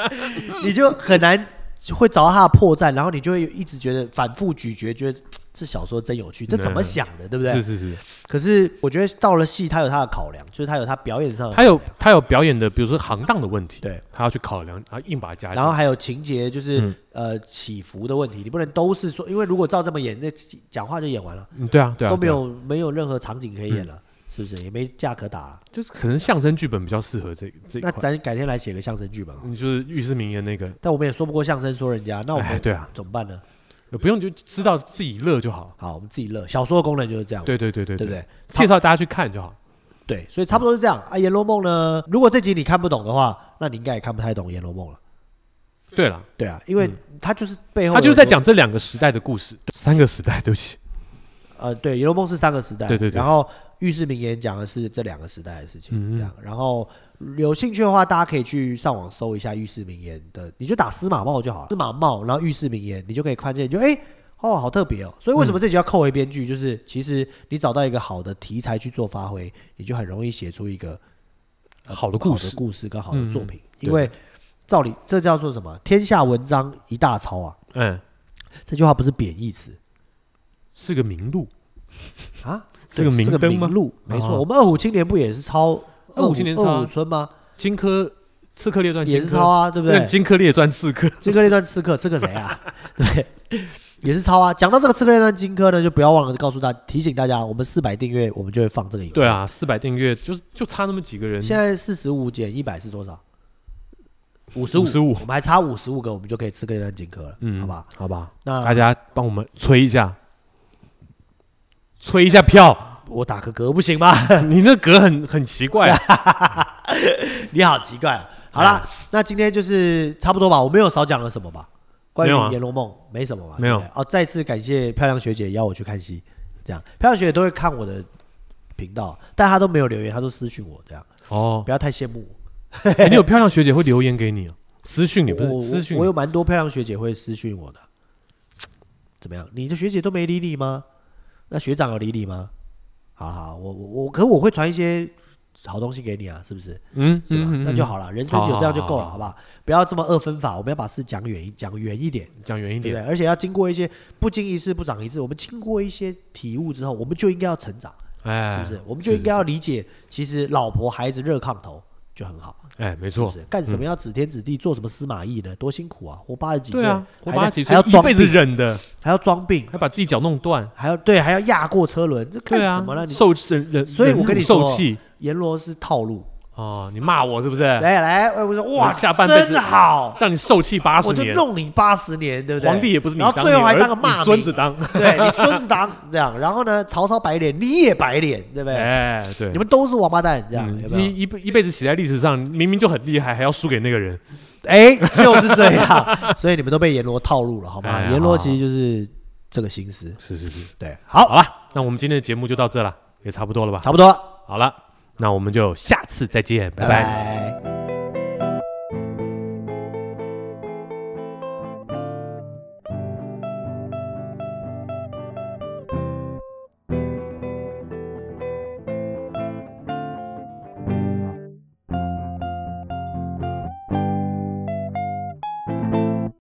Speaker 1: 对？你就很难会找到它的破绽，然后你就会一直觉得反复咀嚼，觉得嘖这小说真有趣，这怎么想的，对不
Speaker 2: 嗯是
Speaker 1: 对？
Speaker 2: 是是，
Speaker 1: 可是我觉得到了戏，它有它的考量，就是它有它表演上的考
Speaker 2: 他有
Speaker 1: 量，
Speaker 2: 他有表演的，比如说行当的问题，
Speaker 1: 对。
Speaker 2: 他要去考量，他硬把它加进
Speaker 1: 然后还有情节，就是、
Speaker 2: 嗯
Speaker 1: 呃起伏的问题，你不能都是说，因为如果照这么演，那讲话就演完了，
Speaker 2: 嗯，对啊，对啊，
Speaker 1: 都没
Speaker 2: 对啊，嗯
Speaker 1: 有没有任何场景可以演了，是不是？也没架可打了、
Speaker 2: 啊就是可能相声剧本比较适合这这一
Speaker 1: 那
Speaker 2: 块。
Speaker 1: 咱改天来写个相声剧吧。
Speaker 2: 你就是寓世名言那个，
Speaker 1: 但我们也说不过相声说人家，那我
Speaker 2: 哎，
Speaker 1: 们
Speaker 2: 对啊，
Speaker 1: 怎么办呢？
Speaker 2: 不用就知道自己乐就好。
Speaker 1: 好，我们自己乐。小说的功能就是这样，
Speaker 2: 对对对对
Speaker 1: 对不，对？
Speaker 2: 介绍大家去看就好。
Speaker 1: 对，所以差不多是这样啊。《阎罗梦》呢，如果这集你看不懂的话，那你应该也看不太懂《阎罗梦》了。
Speaker 2: 对了，
Speaker 1: 对啊，因为它就是背后
Speaker 2: 嗯他就
Speaker 1: 有
Speaker 2: 是在
Speaker 1: 很多
Speaker 2: 讲这两个时代的故事，三个时代，对不起，
Speaker 1: 呃，对，《阎罗梦》是三个时代，
Speaker 2: 对对对
Speaker 1: 然后《御世名言》讲的是这两个时代的事情，
Speaker 2: 嗯嗯
Speaker 1: 这样。然后有兴趣的话，大家可以去上网搜一下《御世名言》的，你就打司马茂就好了，司马茂，然后《御世名言》，你就可以看见，你就哎。哦，好特别哦！所以为
Speaker 2: 嗯
Speaker 1: 什么这集要扣回编剧？就是其实你找到一个好的题材去做发挥，你就很容易写出一个
Speaker 2: 好
Speaker 1: 呃好
Speaker 2: 的故
Speaker 1: 的
Speaker 2: 事，嗯
Speaker 1: 故事跟好的作品。
Speaker 2: 对
Speaker 1: 因为照理这叫做什么？天下文章一大抄啊！
Speaker 2: 嗯，
Speaker 1: 这句话不是贬义词，
Speaker 2: 是个名录。
Speaker 1: 啊，
Speaker 2: 是
Speaker 1: 对
Speaker 2: 个明
Speaker 1: 是个
Speaker 2: 灯
Speaker 1: 明
Speaker 2: 吗
Speaker 1: 路，没错。
Speaker 2: 哦
Speaker 1: 我们二虎青年不也是抄
Speaker 2: 二虎青年抄啊
Speaker 1: 二虎村吗？
Speaker 2: 荆轲《刺客列传》
Speaker 1: 也
Speaker 2: 荆
Speaker 1: 是抄
Speaker 2: 轲，
Speaker 1: 啊，对不
Speaker 2: 那
Speaker 1: 对？
Speaker 2: 荆轲列传》刺客，
Speaker 1: 荆轲那段刺客，刺客谁啊？对，也是抄啊。讲到这个刺客那段荆轲呢，就不要忘了告诉大提醒大家，我们四百订阅我们就会放这个影片。
Speaker 2: 对，啊，四百订阅就是就差那么几个人，
Speaker 1: 现在四十五减一百是多少？五十五，
Speaker 2: 55
Speaker 1: 我们还差五十五个，我们就可以刺客那段荆轲了，
Speaker 2: 嗯，
Speaker 1: 好吧？，
Speaker 2: 好吧，大
Speaker 1: 那
Speaker 2: 家帮我们催一下，催一下票，
Speaker 1: 我打个嗝不行吗？
Speaker 2: 你那格很很奇 怪，
Speaker 1: 你好奇怪、啊。好啦，
Speaker 2: 哎
Speaker 1: 那今天就是差不多吧，我没有少讲了什么吧？关于
Speaker 2: 没有啊
Speaker 1: 《阎罗梦》没什么吧？
Speaker 2: 没有
Speaker 1: 对不对哦，再次感谢漂亮学姐邀我去看戏，这样漂亮学姐都会看我的频道，但她都没有留言，她都私讯我这样，
Speaker 2: 哦，
Speaker 1: 不要太羡慕我。
Speaker 2: 欸你有漂亮学姐会留言给你啊，私讯你不
Speaker 1: 我
Speaker 2: 是私
Speaker 1: 我
Speaker 2: 讯
Speaker 1: 我
Speaker 2: 你，
Speaker 1: 有蛮多漂亮学姐会私讯我的，怎么样？你的学姐都没理你吗？那学长有理你吗？好好，我我我，可是我会传一些好东西给你啊，是不是？
Speaker 2: 嗯
Speaker 1: 对吧？
Speaker 2: 嗯，
Speaker 1: 那就
Speaker 2: 好，
Speaker 1: 好了，人生有这样就够了，好不好？不要这么二分法，我们要把事讲远一讲远一点，
Speaker 2: 嗯讲远一
Speaker 1: 对不对？
Speaker 2: 点，
Speaker 1: 而且要经过一些不经一事不长一智，我们经过一些体悟之后，我们就应该要成长，是
Speaker 2: 哎，
Speaker 1: 不是？我们就应该要理解，其实老婆孩子热炕头就很好，
Speaker 2: 哎，没
Speaker 1: 是不
Speaker 2: 错，
Speaker 1: 是？干什么要指天指地，做什么司马懿呢？多辛苦啊！我八十几岁，
Speaker 2: 对啊，我
Speaker 1: 还在
Speaker 2: 八十几
Speaker 1: 还
Speaker 2: 岁
Speaker 1: 要
Speaker 2: 一
Speaker 1: 装
Speaker 2: 辈子
Speaker 1: 病，
Speaker 2: 忍的，
Speaker 1: 还要装病，
Speaker 2: 还把自己脚弄 断，
Speaker 1: 还要对，还要压过车轮，这干
Speaker 2: 对
Speaker 1: 什
Speaker 2: 啊
Speaker 1: 么了？，你
Speaker 2: 受忍忍，
Speaker 1: 所以我跟你
Speaker 2: 忍辱受
Speaker 1: 说
Speaker 2: 气
Speaker 1: 阎罗是套路，
Speaker 2: 哦，你骂我是不是？
Speaker 1: 对，来，我说哇，
Speaker 2: 啊下半辈子
Speaker 1: 真好，
Speaker 2: 让你受气八十
Speaker 1: 我就
Speaker 2: 年，
Speaker 1: 弄你八十年，对不对？
Speaker 2: 皇帝也不是你
Speaker 1: 然后
Speaker 2: 当的，
Speaker 1: 最后还
Speaker 2: 而
Speaker 1: 当个
Speaker 2: 你
Speaker 1: 骂
Speaker 2: 孙
Speaker 1: 名
Speaker 2: 子当，
Speaker 1: 对你孙子党这样，然后呢，曹操白脸，你也白脸，对不对？
Speaker 2: 哎，对
Speaker 1: 你。们都是王八蛋，这样
Speaker 2: 嗯
Speaker 1: 有没有？
Speaker 2: 一一辈一辈子写在历史上，明明就很厉害，还要输给那个人。
Speaker 1: 哎，就是这样，所以你们都被阎罗套路了，好吗？
Speaker 2: 哎
Speaker 1: 阎罗
Speaker 2: 好
Speaker 1: 其实就是这个心思，
Speaker 2: 是是是，
Speaker 1: 对，
Speaker 2: 好
Speaker 1: 好，
Speaker 2: 了，那我们今天的节目就到这了，也差不多了吧？
Speaker 1: 差不多，
Speaker 2: 好了，那我们就下次再见，拜
Speaker 1: 拜拜